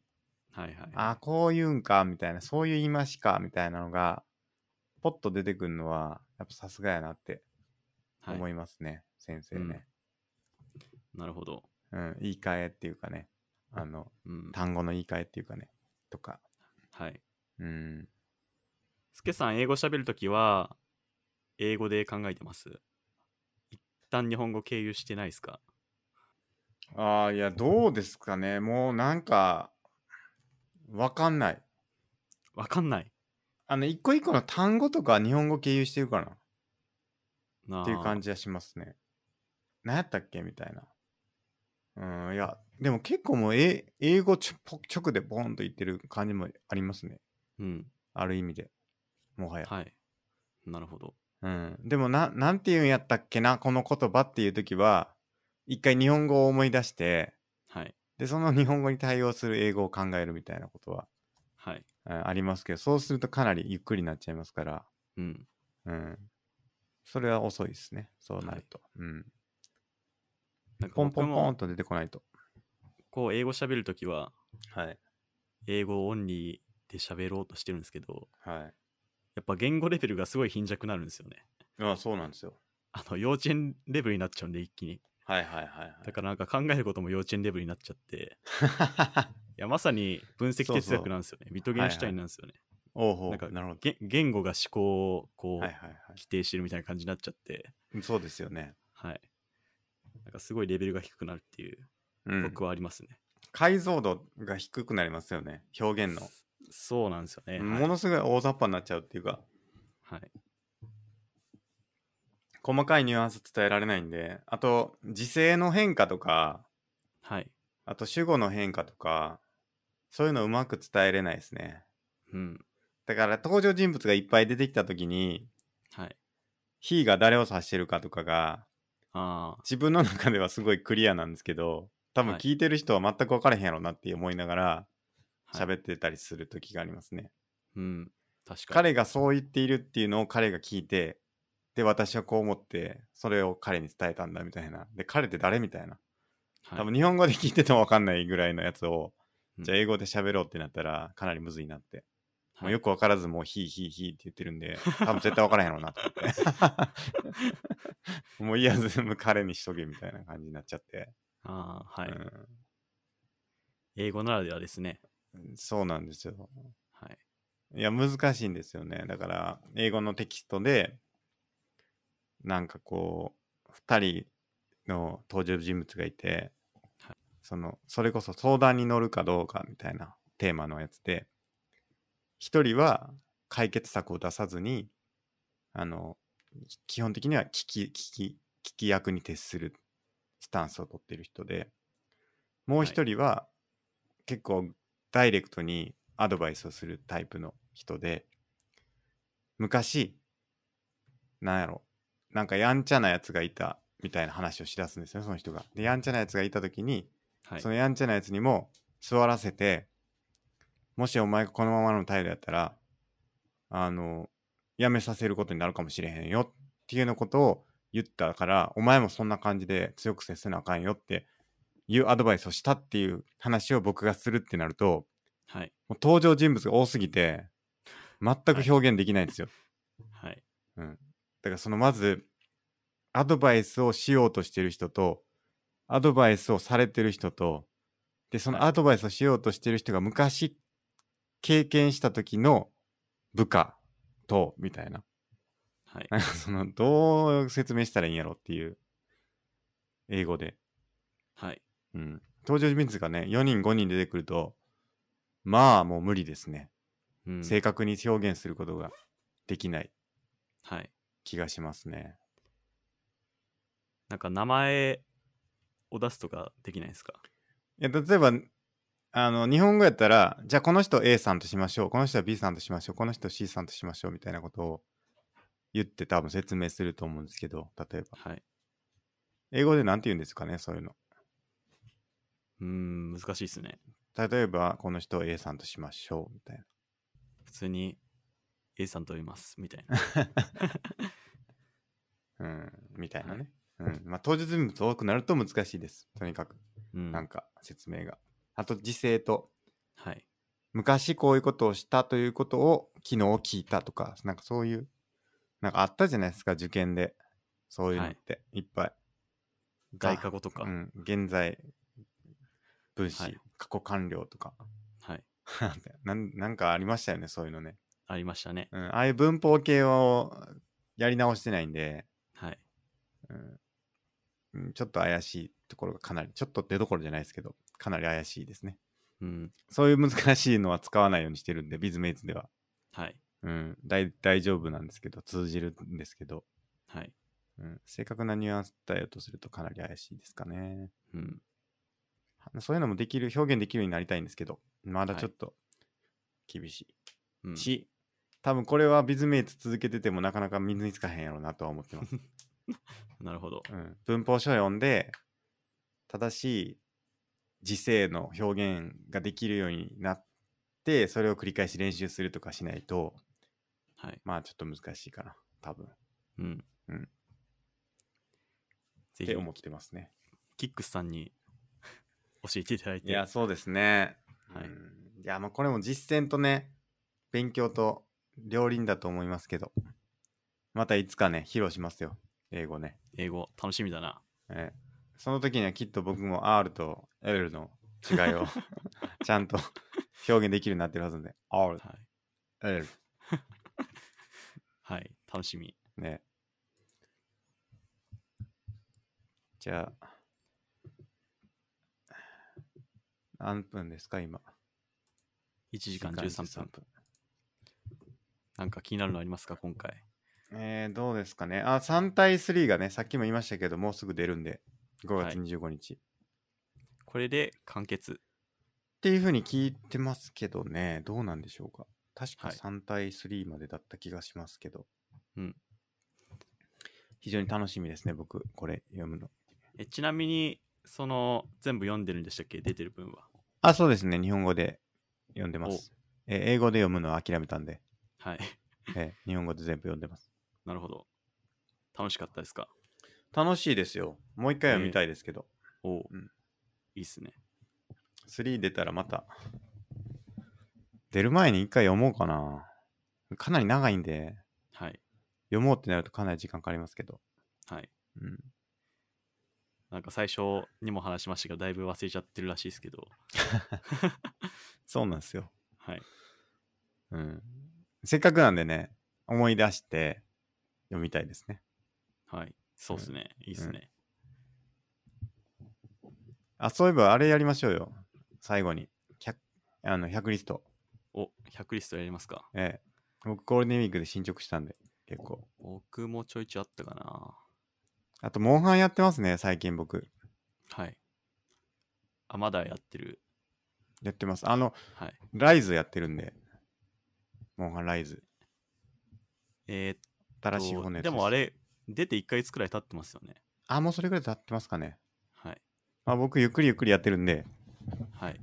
Speaker 2: はい。はい。
Speaker 1: あーこういうんかみたいなそういう言い回しかみたいなのがポッと出てくるのはやっぱさすがやなって
Speaker 2: はい
Speaker 1: 思いますね、先生ね、
Speaker 2: なるほど。
Speaker 1: うん言い換えっていうかねあの
Speaker 2: うん。
Speaker 1: 単語の言い換えっていうかねとか
Speaker 2: はい。
Speaker 1: うん
Speaker 2: すけさん、英語喋るときは、英語で考えてます。一旦日本語経由してないですか
Speaker 1: ああいやどうですかねもうなんかわかんない。
Speaker 2: わかんない
Speaker 1: あの、一個一個の単語とか日本語経由してるかな
Speaker 2: なあ。
Speaker 1: っていう感
Speaker 2: じ。
Speaker 1: じはしますね。何やったっけみたいな。うん、いや、でも結構もうえ英語ちょぽ直でボーンと言ってる感じもありますね。
Speaker 2: うん。
Speaker 1: ある意味で。もはや。
Speaker 2: はい。なるほど。
Speaker 1: うん、でもな、なんて言うんやったっけな、この言葉っていう時は、一回日本語を思い出して、
Speaker 2: はい。
Speaker 1: で、その日本語に対応する英語を考えるみたいなことは、
Speaker 2: はい。
Speaker 1: うんありますけど、そうするとかなりゆっくりになっちゃいますから、
Speaker 2: うん。
Speaker 1: うん。それは遅いですね、そうなると。うん。
Speaker 2: なんか
Speaker 1: ポンポ
Speaker 2: 僕
Speaker 1: ンポ
Speaker 2: も
Speaker 1: ンと出てこないと。
Speaker 2: こう、英語喋るときは、
Speaker 1: はい。
Speaker 2: 英語オンリーで喋ろうとしてるんですけど、
Speaker 1: はい。
Speaker 2: やっぱ言語レベルがすごい貧弱になるんですよね。
Speaker 1: ああ、そうなんですよ。
Speaker 2: あの、幼稚園レベルになっちゃうんで、一気に。
Speaker 1: はいはいはい、
Speaker 2: だからなんか考えることも幼稚園レベルになっちゃって、
Speaker 1: はい。
Speaker 2: いや、まさに分析哲
Speaker 1: そうそ
Speaker 2: 学
Speaker 1: う
Speaker 2: なんですよね。ビトゲンシュタインなんですよね。
Speaker 1: おうほう
Speaker 2: なんか
Speaker 1: なるほど。
Speaker 2: げ言語が思考をこう、
Speaker 1: はいはいは
Speaker 2: 規定してるみたいな感じになっちゃって、
Speaker 1: い。そうですよね。
Speaker 2: はい。なんかすごいレベルが低くなるっていう、
Speaker 1: うん、
Speaker 2: 僕はありますね。
Speaker 1: 解像度が低くなりますよね、表現の。
Speaker 2: そうなんですよね。
Speaker 1: ものすごい大雑把になっちゃうっていうか、
Speaker 2: はい。はい、
Speaker 1: 細かいニュアンス伝えられないんで、あと、時勢の変化とか、
Speaker 2: はい。
Speaker 1: あと主語の変化とか、そういうのうまく伝えれないですね。
Speaker 2: うん。
Speaker 1: だから登場人物がいっぱい出てきた時に、
Speaker 2: はい。
Speaker 1: he が誰を指してるかとかが、
Speaker 2: ああ、
Speaker 1: 自分の中ではすごいクリアなんですけど、多分
Speaker 2: はい
Speaker 1: 聞いてる人は全く分からへんやろなって思いながら
Speaker 2: はい、
Speaker 1: 喋ってたりする時がありますね。
Speaker 2: うん。確かに。
Speaker 1: 彼がそう言っているっていうのを彼が聞いてで私はこう思ってそれを彼に伝えたんだみたいなで彼って誰みたいな
Speaker 2: はい
Speaker 1: 多分日本語で聞いてても分かんないぐらいのやつを、
Speaker 2: うん
Speaker 1: じゃあ英語で喋ろうってなったらかなりむずいなって、もうよく分からずもうヒーヒーヒーって言ってるん で多分絶対分からへんやろうなと思って もういいや全部彼にしとけみたいな感じになっちゃって、
Speaker 2: ああ、はい、
Speaker 1: うん
Speaker 2: 英語ならではですね。
Speaker 1: そうなんですよ
Speaker 2: はい。
Speaker 1: いや、難しいんですよね。だから、英語のテキストで、なんかこう、二人の登場人物がいて、
Speaker 2: はい
Speaker 1: その、それこそ相談に乗るかどうかみたいなテーマのやつで、一人は解決策を出さずに、あの、基本的には聞き、聞き、聞き役に徹するスタンスを取っている人で、もう一人は結構ダイレクトにアドバイスをするタイプの人で、昔、なんやろ、なんかやんちゃなやつがいたみたいな話をしだすんですよ、その人が。で、やんちゃなやつがいた時に、
Speaker 2: はい
Speaker 1: そ。のやんちゃなやつにも座らせて、もしお前がこのままの態度やったら、あの、やめさせることになるかもしれへんよっていうようなことを言ったから、お前もそんな感じで強く接せなあかんよっていうアドバイスをしたっていう話を僕がするってなると、
Speaker 2: はい。
Speaker 1: もう登場人物が多すぎて、全く表現できないんですよ。
Speaker 2: はい。
Speaker 1: だからそのまず、アドバイスをしようとしてる人と、アドバイスをされてる人と、で、そのアドバイスをしようとしてる人が昔経験した時の部下と、みたいな。
Speaker 2: はい。
Speaker 1: なんかその、どう説明したらいいんやろっていう、英語で。
Speaker 2: はい。
Speaker 1: うん。登場人物がね、4人5人出てくると、まあもう無理ですね。
Speaker 2: うん。
Speaker 1: 正確に表現することができない
Speaker 2: はい。
Speaker 1: 気がしますね。
Speaker 2: なんか名前を出すとかできないですか
Speaker 1: いや例えばあの日本語やったらじゃあこの人 A さんとしましょうこの人は B さんとしましょうこの人 C さんとしましょうみたいなことを言って多分説明すると思うんですけど例えば
Speaker 2: はい。
Speaker 1: 英語で何て言うんですかねそういうの
Speaker 2: うーん、難しいですね。
Speaker 1: 例えばこの人を A さんとしましょうみたいな
Speaker 2: 普通に A さんと言います、みたいな。
Speaker 1: うんみたいなね、うんまあ当日人物多くなると難しいですとにかく
Speaker 2: うん。
Speaker 1: なん
Speaker 2: は
Speaker 1: か説明があと時勢と
Speaker 2: い。
Speaker 1: 昔こういうことをしたということを昨日聞いたとか、なんかそういう、なんかあったじゃないですか、受験で。そういうのって、い、っぱい。
Speaker 2: 外貨語とか。
Speaker 1: うん、現在分子、
Speaker 2: はい
Speaker 1: 過去完了とか
Speaker 2: はい。
Speaker 1: なん。なんかありましたよね、そういうのね。
Speaker 2: ありましたね。
Speaker 1: うん、ああいう文法系をやり直してないんで、
Speaker 2: はい。
Speaker 1: うんうん、ちょっと怪しいところがかなり、ちょっと出どころじゃないですけど、かなり怪しいですね。
Speaker 2: うん。
Speaker 1: そういう難しいのは使わないようにしてるんで、ビズメイツでは。
Speaker 2: はい。
Speaker 1: うん、大大丈夫なんですけど、通じるんですけど、
Speaker 2: はい。
Speaker 1: うん、正確なニュアンス伝えようとするとかなり怪しいですかね。
Speaker 2: うん。
Speaker 1: そういうのもできる、表現できるようになりたいんですけど、まだ
Speaker 2: はい
Speaker 1: ちょっと厳し
Speaker 2: うん
Speaker 1: い。し、多分これはビズメイツ続けててもなかなか身につかへんやろうなとは思って ます。
Speaker 2: なるほど。
Speaker 1: うん、文法書を読んで、正しい時世の表現ができるようになって、それを繰り返し練習するとかしないと、
Speaker 2: はい。
Speaker 1: まあちょっと難しいかな、多分。っ
Speaker 2: うん。
Speaker 1: うん
Speaker 2: ぜひ
Speaker 1: て、思ってますね。
Speaker 2: キックスさんに 教えていただいて。
Speaker 1: いや、そうですね。
Speaker 2: はい
Speaker 1: うんいや、まあこれも実践とね、勉強と両輪だと思いますけど、またいつかね、披露しますよ、英語ね。
Speaker 2: 英語、楽しみだな。
Speaker 1: えーその時にはきっと僕も R と L の違いを ちゃんと表現できるようになってるはずなんで、R
Speaker 2: はい。
Speaker 1: と L。
Speaker 2: はい。楽しみ。
Speaker 1: ね。じゃあ、何分ですか、今。
Speaker 2: 1時間13分。。なんか気になるのありますか、今回。
Speaker 1: えー、どうですかね。あ、3対3がね、さっきも言いましたけど、もうすぐ出るんで、5
Speaker 2: はい
Speaker 1: 月25日。っ
Speaker 2: これで完結。
Speaker 1: ていうふうに聞いてますけどね、どうなんでしょうか。確か
Speaker 2: はい
Speaker 1: 3対3までだった気がしますけど。
Speaker 2: うん。
Speaker 1: 非常に楽しみですね、僕、これ読むの。
Speaker 2: えちなみに、その、全部読んでるんでしたっけ出てる分は。
Speaker 1: あ、そうですね、日本語で読んでます。えー英語で読むのは諦めたんで、
Speaker 2: はい。
Speaker 1: えー日本語で全部読んでます。
Speaker 2: なるほど。楽しかったですか
Speaker 1: 楽しいですよ。もう一回は
Speaker 2: えー
Speaker 1: 見たいですけど、
Speaker 2: おお、
Speaker 1: うん
Speaker 2: いいっすね。
Speaker 1: 3出たらまた、出る前に一回読もうかな。かなり長いんで、
Speaker 2: はい。
Speaker 1: 読もうってなるとかなり時間かかりますけど。
Speaker 2: はい。
Speaker 1: うん、
Speaker 2: なんか最初にも話しましたけど、だいぶ忘れちゃってるらしいですけど。
Speaker 1: そうなんですよ、
Speaker 2: はい。
Speaker 1: うん。せっかくなんでね、思い出して読みたいですね。
Speaker 2: はい。そうっすね。いいっすね。
Speaker 1: あ、そういえばあれやりましょうよ。最後に。100, あの100リスト。
Speaker 2: お、100リストやりますか。
Speaker 1: ええ。僕ゴールデンウィークで進捗したんで、結構。
Speaker 2: 僕もちょいちょいあったかな。
Speaker 1: あと、モンハンやってますね、最近僕。
Speaker 2: はい。あ、まだやってる。
Speaker 1: やってます。あの、
Speaker 2: はい。
Speaker 1: ライズやってるんで。モンハンライズ。
Speaker 2: えーっ
Speaker 1: 新しい
Speaker 2: と、
Speaker 1: 骨
Speaker 2: でもあ。れ、出て1ヶ月くらい経ってますよね。
Speaker 1: あ、もうそれぐらい経ってますかね。
Speaker 2: はい。
Speaker 1: まあ僕、ゆっくりゆっくりやってるんで、
Speaker 2: はい。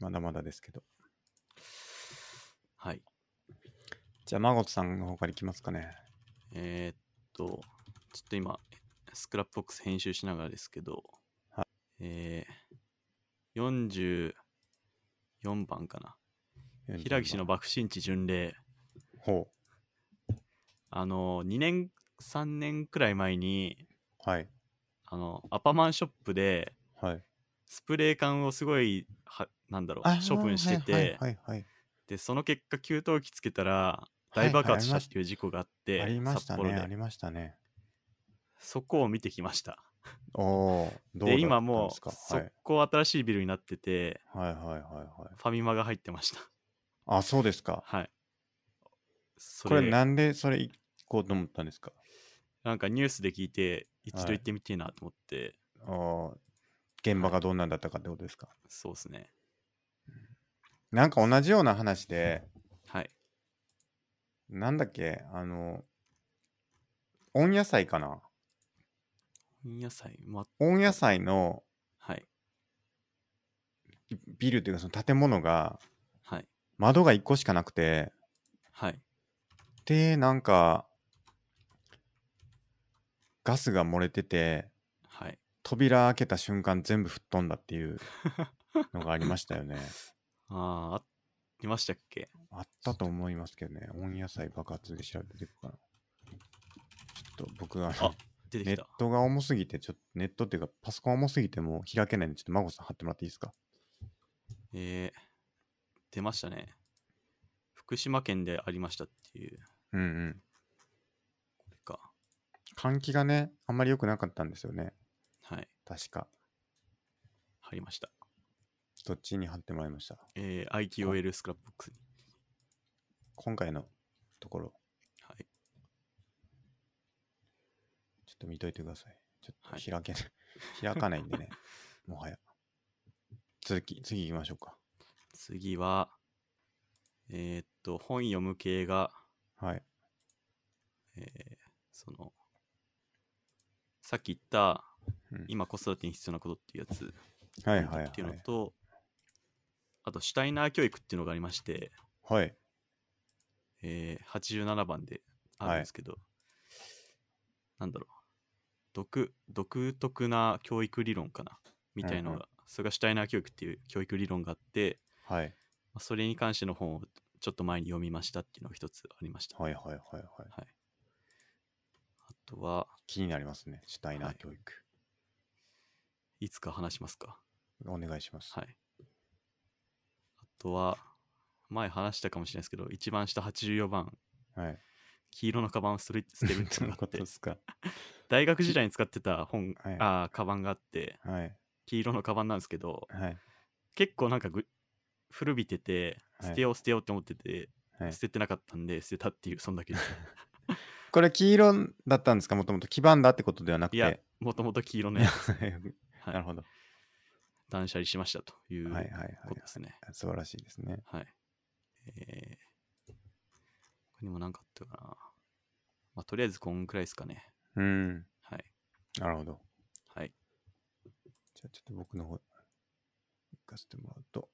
Speaker 1: まだまだですけど。
Speaker 2: はい。
Speaker 1: じゃあ、マゴトさんの方からいきますかね。
Speaker 2: えーっと、ちょっと今、スクラップボックス編集しながらですけど、
Speaker 1: は
Speaker 2: えー、44番かな。平岸の爆心地巡礼。
Speaker 1: ほ
Speaker 2: あの、2年、3年くらい前に、
Speaker 1: う。はい。
Speaker 2: あの、アパマンショップで、
Speaker 1: はい。
Speaker 2: スプレー缶をすごい、はなんだろ
Speaker 1: あ
Speaker 2: う、処分してて、
Speaker 1: はいはいはい、
Speaker 2: で、その結果、給湯器つけたら、大爆発したっていう事故があって、
Speaker 1: はい。ありました
Speaker 2: 札幌
Speaker 1: ね。あり
Speaker 2: で。
Speaker 1: ましたね。
Speaker 2: そこを見てきました。
Speaker 1: おお。どうだっ
Speaker 2: で、
Speaker 1: たん
Speaker 2: 今もう
Speaker 1: です、かは
Speaker 2: 速
Speaker 1: い。
Speaker 2: 攻新しいビルになってて、
Speaker 1: はいはいはいはい。
Speaker 2: ファミマが入ってました。
Speaker 1: あ、そうですか。
Speaker 2: はい。そ
Speaker 1: こ
Speaker 2: れ
Speaker 1: れなんでそれ行こうと思ったんですか
Speaker 2: なんかニュースで聞いて、一
Speaker 1: は
Speaker 2: 度
Speaker 1: い
Speaker 2: 行ってみてえなと思って、
Speaker 1: あー現場がどんなんだったかってことですか、
Speaker 2: そうですね。
Speaker 1: なんか同じような話で、
Speaker 2: はい。
Speaker 1: なんだっけ、あの、温野菜かな
Speaker 2: 野菜、ま、
Speaker 1: 温野菜の
Speaker 2: はい。
Speaker 1: ビルというかその建物が
Speaker 2: はい。
Speaker 1: 窓が1個しかなくて、
Speaker 2: はい。
Speaker 1: で、なんか、ガスが漏れてて、
Speaker 2: はい。
Speaker 1: 扉開けた瞬間全部吹っ飛んだっていうのがありましたよ ね。
Speaker 2: あーあ、いましたっけ
Speaker 1: あったと思いますけどね。温野菜爆発で調べていくかな。ちょっと僕は
Speaker 2: あ出
Speaker 1: ネ
Speaker 2: てき
Speaker 1: ッ
Speaker 2: た。
Speaker 1: トが重すぎて、ちょっとネットっていうかパソコン重すぎてもう開けないんで、ちょっと孫さん貼ってもらっていいですか
Speaker 2: えー、出ましたね。福島県でありましたっていう、
Speaker 1: うんうん。
Speaker 2: これか。
Speaker 1: 換気がね、あんまり良くなかったんですよね。
Speaker 2: はい。
Speaker 1: 確か。
Speaker 2: 貼りました。
Speaker 1: どっちに貼ってもらいました
Speaker 2: えー IQL スクラップブックスに。
Speaker 1: 今回のところ、
Speaker 2: はい。
Speaker 1: ちょっと見といてください。ちょっ
Speaker 2: はい
Speaker 1: と開け ない、開かないんで ね。もはや。続き、次行きましょうか。
Speaker 2: 次は、えーっと、本読む系が、
Speaker 1: はい。
Speaker 2: えーその、さっき言った、
Speaker 1: うん
Speaker 2: 今子育てに必要なことっていうやつ
Speaker 1: はいはい
Speaker 2: っていう
Speaker 1: は
Speaker 2: の
Speaker 1: い。
Speaker 2: と、あと、シュタイナー教育っていうのがありまして、
Speaker 1: はい。
Speaker 2: えー87番であるんですけど、なんだろう独独特な教育理論かなみたいのが、
Speaker 1: うん
Speaker 2: それがシュタイナー教育っていう教育理論があって、
Speaker 1: はい。
Speaker 2: まあそれに関しての本をちょっと前に読みましたっていうのが一つありました、
Speaker 1: はいはいはいはい。
Speaker 2: はいあとは
Speaker 1: 気になりますね。シュタイナ
Speaker 2: は
Speaker 1: ー
Speaker 2: い
Speaker 1: 教育。
Speaker 2: いつか話しますか
Speaker 1: お願いします。
Speaker 2: はいあとは前話したかもしれないですけど一番下84番
Speaker 1: はい。
Speaker 2: 黄色のカバン を捨てる捨てるってい
Speaker 1: そうう
Speaker 2: の
Speaker 1: いう
Speaker 2: があ
Speaker 1: こ
Speaker 2: っ
Speaker 1: と
Speaker 2: て
Speaker 1: ですか。
Speaker 2: 大学時代に使ってた本、
Speaker 1: はい
Speaker 2: あーカバンがあって
Speaker 1: はい。
Speaker 2: 黄色のカバンなんですけど
Speaker 1: はい。
Speaker 2: 結構なんかぐ古びてて
Speaker 1: はい
Speaker 2: 捨てよう捨てようって思ってて、
Speaker 1: はい
Speaker 2: 捨ててなかったんで捨てたっていうそんだけです
Speaker 1: これ黄色だったんですかもともと黄ばんだってことではなくて。
Speaker 2: いやもともと黄色のやつ、は
Speaker 1: なる
Speaker 2: い、
Speaker 1: ほど。
Speaker 2: 断捨離しましたという
Speaker 1: はいはいはい
Speaker 2: こ。とですね
Speaker 1: 素晴らしいですね。
Speaker 2: はい、えー他にも何かあったかな、まあ、とりあえずこんくらいですかね
Speaker 1: うん。
Speaker 2: はい
Speaker 1: なるほど。
Speaker 2: はい
Speaker 1: じゃあちょっと僕の方、行かせてもらうと。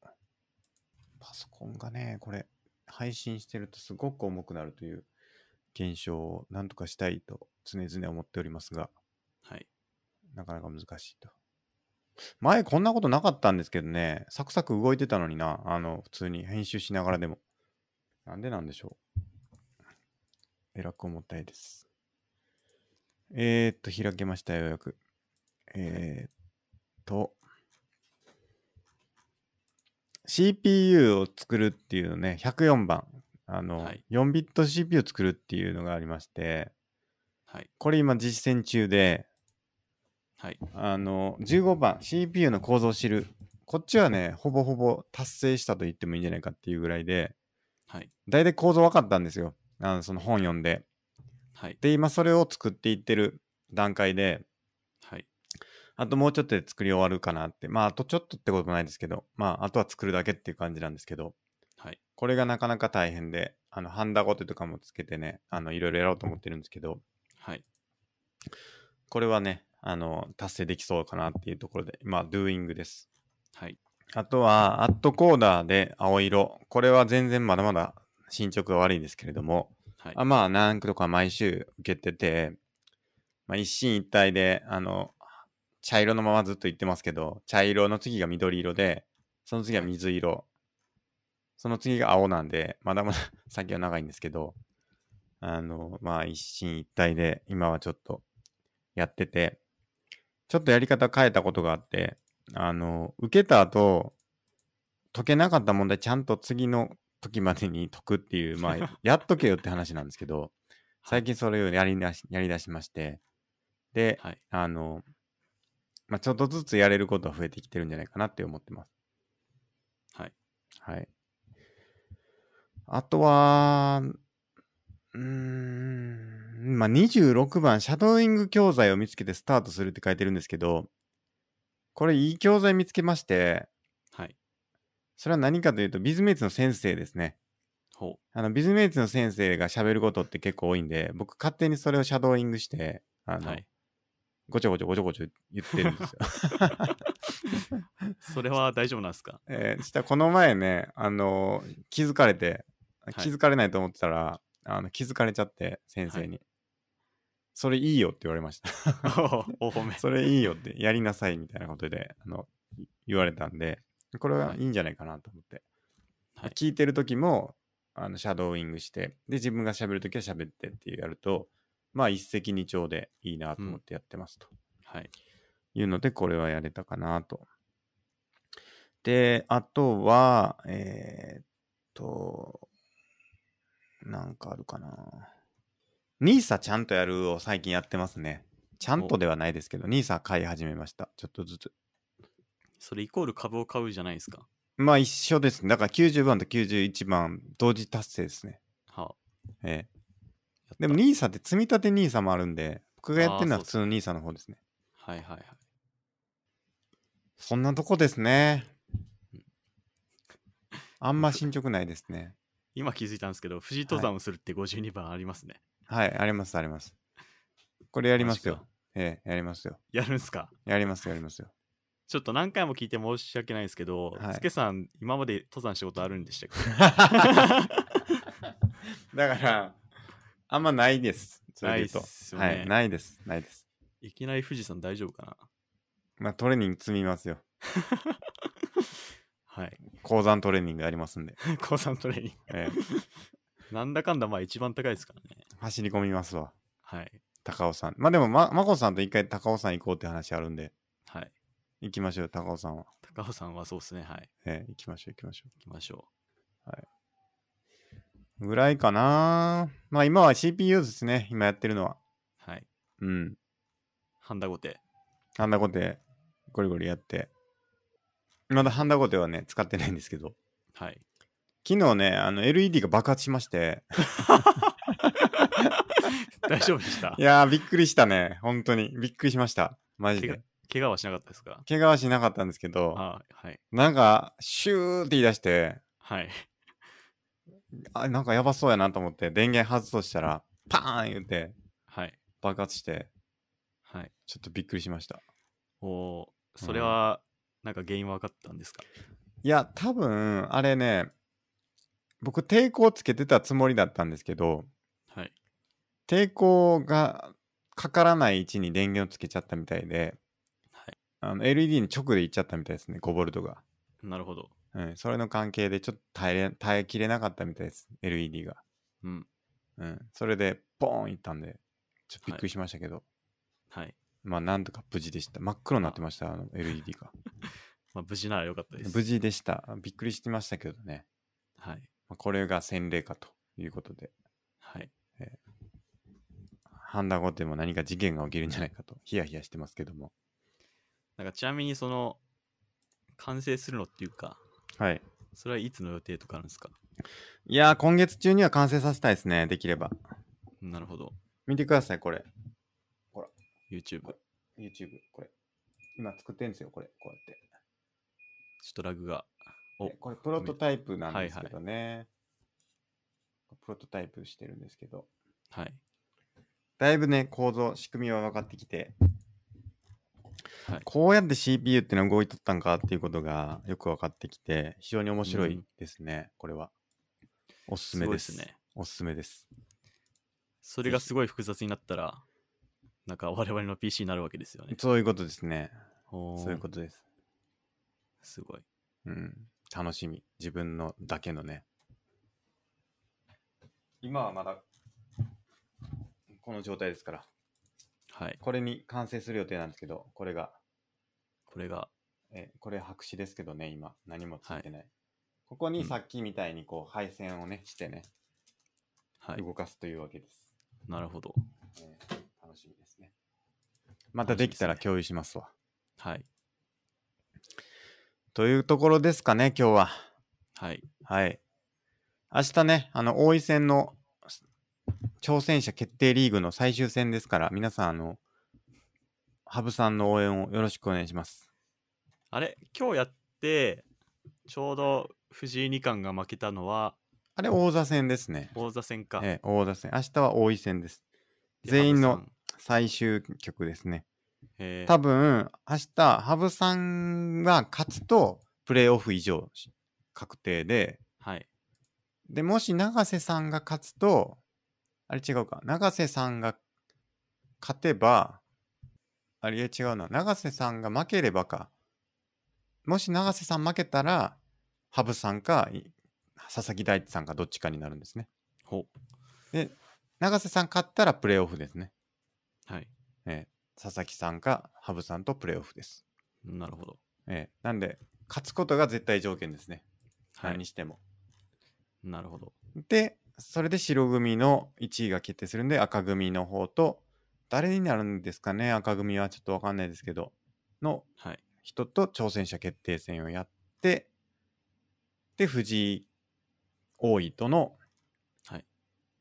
Speaker 1: パソコンがね、これ、配信してるとすごく重くなるという現象をなんとかしたいと常々思っておりますが、
Speaker 2: はい
Speaker 1: なかなか難しいと。前こんなことなかったんですけどね、サクサク動いてたのにな、あの、普通に編集しながらでも。なんでなんでしょう。えらく重たいです。えー、っと、開けましたよ、ようやく。えー、っと、CPU を作るっていうのね、104番。あの、
Speaker 2: はい
Speaker 1: 4ビット CPU を作るっていうのがありまして、
Speaker 2: はい
Speaker 1: これ今実践中で、
Speaker 2: はい
Speaker 1: あの、15番、CPU の構造を知る。こっちはね、ほぼほぼ達成したと言ってもいいんじゃないかっていうぐらいで、
Speaker 2: はい
Speaker 1: 大体構造分かったんですよ。あの、その本読んで。
Speaker 2: はい
Speaker 1: で、今それを作っていってる段階で、
Speaker 2: はい
Speaker 1: あともうちょっとで作り終わるかなって。まあ、あとちょっとってこともないですけど、まあ、あとは作るだけっていう感じなんですけど、
Speaker 2: はい
Speaker 1: これがなかなか大変で、あの、ハンダゴテとかもつけてね、あの、いろいろやろうと思ってるんですけど、
Speaker 2: はい
Speaker 1: これはね、あの、達成できそうかなっていうところで、まあ、doing です。
Speaker 2: はい
Speaker 1: あとは、アットコーダーで青色。これは全然まだまだ進捗が悪いんですけれども、
Speaker 2: はい
Speaker 1: あまあ、何区とか毎週受けてて、まあ、一進一退で、あの、茶色のままずっと言ってますけど、茶色の次が緑色で、その次が水色、その次が青なんで、まだまだ 先は長いんですけど、あの、まあ、一進一退で、今はちょっとやってて、ちょっとやり方変えたことがあって、あの、受けた後、解けなかった問題ちゃんと次の時までに解くっていう、まあ、やっとけよって話なんですけど、最近それをやりだし、やりだしまして、で、
Speaker 2: はい
Speaker 1: あの、まあ、ちょっとずつやれることは増えてきてるんじゃないかなって思ってます。
Speaker 2: はい。
Speaker 1: はい。あとは、うーん、まあ、26番、シャドーイング教材を見つけてスタートするって書いてるんですけど、これいい教材見つけまして、
Speaker 2: はい
Speaker 1: それは何かというと、ビズメイツの先生ですね。
Speaker 2: ほ
Speaker 1: あの、ビズメイツの先生が喋ることって結構多いんで、僕勝手にそれをシャドーイングして、あ
Speaker 2: う
Speaker 1: の、
Speaker 2: はい
Speaker 1: ごちょごちょごちょごちょ言ってるんですよ。
Speaker 2: それは大丈夫なんですか
Speaker 1: えーしたらこの前ね、あの気づかれて
Speaker 2: い、
Speaker 1: 気づかれないと思ってたら、あの気づかれちゃって、先生に、それいいよって言われま した。
Speaker 2: お褒め
Speaker 1: それいいよって、やりなさいみたいなことで、あの、い言われたんで、これははいいいんじゃないかなと思って。
Speaker 2: はい
Speaker 1: 聞いてる時も、あの、シャドーイングして、で、自分が喋る時は喋ってっていうやると、まあ、一石二鳥でいいなと思ってやってますと。
Speaker 2: はい
Speaker 1: いうので、これはやれたかなと。で、あとは、えーっと、なんかあるかな。NISA ちゃんとやるを最近やってますね。ちゃんとではないですけど、NISA 買い始めました。ちょっとずつ。
Speaker 2: それイコール株を買うじゃないですか。
Speaker 1: まあ一緒ですね。だから90番と91番、同時達成ですね。
Speaker 2: は
Speaker 1: ええ。
Speaker 2: あ、
Speaker 1: でも
Speaker 2: やっ
Speaker 1: NISA って積み立て NISA もあるんで、僕がやってるのは普通の NISA の方ですね。
Speaker 2: たはいはいはい。
Speaker 1: そんなとこですね。あんま進捗ないですね。
Speaker 2: 今気づいたんですけど、富士登山をするって52番ありますね。
Speaker 1: はい、あります、あります。これやります
Speaker 2: マジ
Speaker 1: よ
Speaker 2: か。
Speaker 1: ええ、やりますよ。
Speaker 2: やるんすか
Speaker 1: やりますよ、やります よ。
Speaker 2: ちょっと何回も聞いて申し訳ないですけど、
Speaker 1: はい
Speaker 2: つけさん、今まで登山したことあるん でしたっけ
Speaker 1: だから、あんまないです。それで言うと
Speaker 2: ないっすよね
Speaker 1: はい、ないです、ないです。
Speaker 2: いきなり富士山大丈夫か
Speaker 1: まあトレーニング積みますよ。
Speaker 2: な はい。
Speaker 1: 鉱山トレーニングありますんで。
Speaker 2: 高山トレーニン
Speaker 1: ええ、
Speaker 2: グ。なんだかんだ、まあ一番高いですからね。
Speaker 1: 走り込みますわ。
Speaker 2: はい。
Speaker 1: 高尾さん。まあでも、ま、まこさんと一回高尾さん行こうって話あるんで、
Speaker 2: はい。
Speaker 1: 行きましょう、高尾さんは。
Speaker 2: 高尾さんはそうですね。はい。
Speaker 1: ええ、行きましょう、行きましょ
Speaker 2: 行きましょ
Speaker 1: う。ぐらいかな。まあ今は CPU ですね、今やってるのは。
Speaker 2: う。はい。
Speaker 1: うん。
Speaker 2: ハンダゴテ。
Speaker 1: ハンダゴテ、ゴリゴリやって。まだハンダゴテはね、使ってないんですけど。
Speaker 2: はい。
Speaker 1: 昨日ね、あの、LED が爆発しまして。
Speaker 2: 大丈夫でした
Speaker 1: い。やー、びっくりしたね。本当に。びっくりしました。マジで。
Speaker 2: 怪我はしなかったですか
Speaker 1: 怪我はしなかったんですけど、
Speaker 2: あはい。
Speaker 1: なんか、シューって言い出して、
Speaker 2: はい。
Speaker 1: あ、なんかやばそうやなと思って、電源外そうしたら、パーン言って、
Speaker 2: はい。
Speaker 1: 爆発して、
Speaker 2: はい。
Speaker 1: ちょっとびっくりしました。
Speaker 2: おーそれは、なんか原因は分かったんですか
Speaker 1: いや、多分、あれね、僕、抵抗つけてたつもりだったんですけど、
Speaker 2: はい。
Speaker 1: 抵抗がかからない位置に電源をつけちゃったみたいで、
Speaker 2: はい
Speaker 1: あの LED に直でいっちゃったみたいですね 5V が、
Speaker 2: なるほど。
Speaker 1: うん、それの関係でちょっと耐えれ耐えきれなかったみたいです LED が、
Speaker 2: うん。
Speaker 1: うん、それでボーンいったんでちょっとびっくりしましたけど、
Speaker 2: はい。
Speaker 1: まあなんとか無事でした真っ黒になってましたあの LED が
Speaker 2: まあ、無事なら良かった です。
Speaker 1: 無事でしたびっくりしてましたけどね、
Speaker 2: はい。
Speaker 1: まあ、これが洗礼かということで
Speaker 2: はい。
Speaker 1: ハンダゴテも何か事件が起きるんじゃないかとヒヤヒヤしてますけども
Speaker 2: なんかちなみにその完成するのっていうか
Speaker 1: はい
Speaker 2: それはいつの予定とかあるんですか
Speaker 1: いやー今月中には完成させたいですねできれば
Speaker 2: なるほど
Speaker 1: 見てください、これ。
Speaker 2: YouTube ちょ
Speaker 1: YouTube、これ。今作ってんですよ、これ。こうやって。
Speaker 2: っとラグがお
Speaker 1: えこれ、プロトタイプなんですけどね。プロトタイプしてるんですけど。
Speaker 2: はい
Speaker 1: だいぶね、構造、仕組みは分かってきて、
Speaker 2: はい
Speaker 1: こうやって CPU ってのは動いとったんかっていうことがよく分かってきて、非常に面白
Speaker 2: う
Speaker 1: い
Speaker 2: ん
Speaker 1: ですね、これは。おすすめです。
Speaker 2: すごいっすね
Speaker 1: おすすめです。
Speaker 2: それがすごい複雑になったらなんか我々の PC になるわけですよね
Speaker 1: そういうことですね。
Speaker 2: おー
Speaker 1: そういうことです。
Speaker 2: すごい
Speaker 1: うん、楽しみ。自分のだけのね。今はまだこの状態ですから、
Speaker 2: はい
Speaker 1: これに完成する予定なんですけど、これが、
Speaker 2: これが
Speaker 1: えこれ白紙ですけどね、今、何もついてない。ここに
Speaker 2: うん
Speaker 1: さっきみたいにこう配線をね、してね、
Speaker 2: はい
Speaker 1: 動かすというわけです、
Speaker 2: なるほど
Speaker 1: えー楽しみですね。またできたら
Speaker 2: 楽しみですね
Speaker 1: 共有しますわ。
Speaker 2: はい
Speaker 1: というところですかね、今日は。
Speaker 2: はい
Speaker 1: はい。明日ね、あの、大井戦のす挑戦者決定リーグの最終戦ですから、皆さん、あの、羽生さんの応援をよろしくお願いします。
Speaker 2: あれ今日やってちょうど藤井二冠が負けたのは
Speaker 1: あれ、王座戦ですね。
Speaker 2: 王座戦か、
Speaker 1: ええ、王座戦。明日は大井戦です。
Speaker 2: で
Speaker 1: 全員
Speaker 2: 羽
Speaker 1: の
Speaker 2: 生さん
Speaker 1: 最終局ですね。
Speaker 2: えー
Speaker 1: 多分、明日、羽生さんが勝つと、プレーオフ以上し確定で、
Speaker 2: はい
Speaker 1: で、もし永瀬さんが勝つと、あれ違うか、永瀬さんが勝てば、あれ違うな、永瀬さんが負ければか。もし永瀬さん負けたら、羽生さんかい佐々木大地さんかどっちかになるんですね。
Speaker 2: ほ
Speaker 1: で、永瀬さん勝ったらプレーオフですね。
Speaker 2: はい
Speaker 1: ええ佐々木さんか羽生さんとプレーオフです。
Speaker 2: なるほど
Speaker 1: ええなんで、勝つことが絶対条件ですね。
Speaker 2: は
Speaker 1: 何
Speaker 2: い
Speaker 1: にしても。
Speaker 2: なるほど
Speaker 1: で、それで白組の1位が決定するんで、赤組の方と、誰になるんですかね、赤組はちょっとわかんないですけど、の
Speaker 2: はい
Speaker 1: 人と挑戦者決定戦をやって、で、藤井王位との、
Speaker 2: はい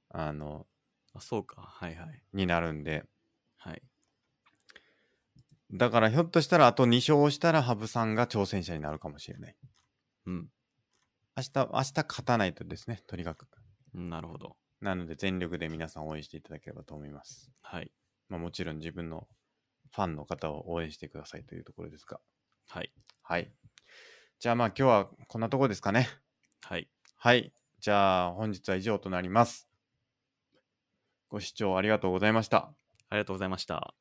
Speaker 1: あの、
Speaker 2: あ、そうか。はいはい。
Speaker 1: になるんで、
Speaker 2: はい。
Speaker 1: だからひょっとしたらあと2勝したら羽生さんが挑戦者になるかもしれない。
Speaker 2: うん。
Speaker 1: 明日、明日勝たないとですね、とにかく。
Speaker 2: なるほど。
Speaker 1: なので全力で皆さん応援していただければと思います。
Speaker 2: はい。
Speaker 1: まあ、もちろん自分のファンの方を応援してくださいというところですが。
Speaker 2: はい。
Speaker 1: はい。じゃあまあ今日はこんなとこですかね。
Speaker 2: はい。
Speaker 1: はい。じゃあ本日は以上となります。ご視聴ありがとうございました。
Speaker 2: ありがとうございました。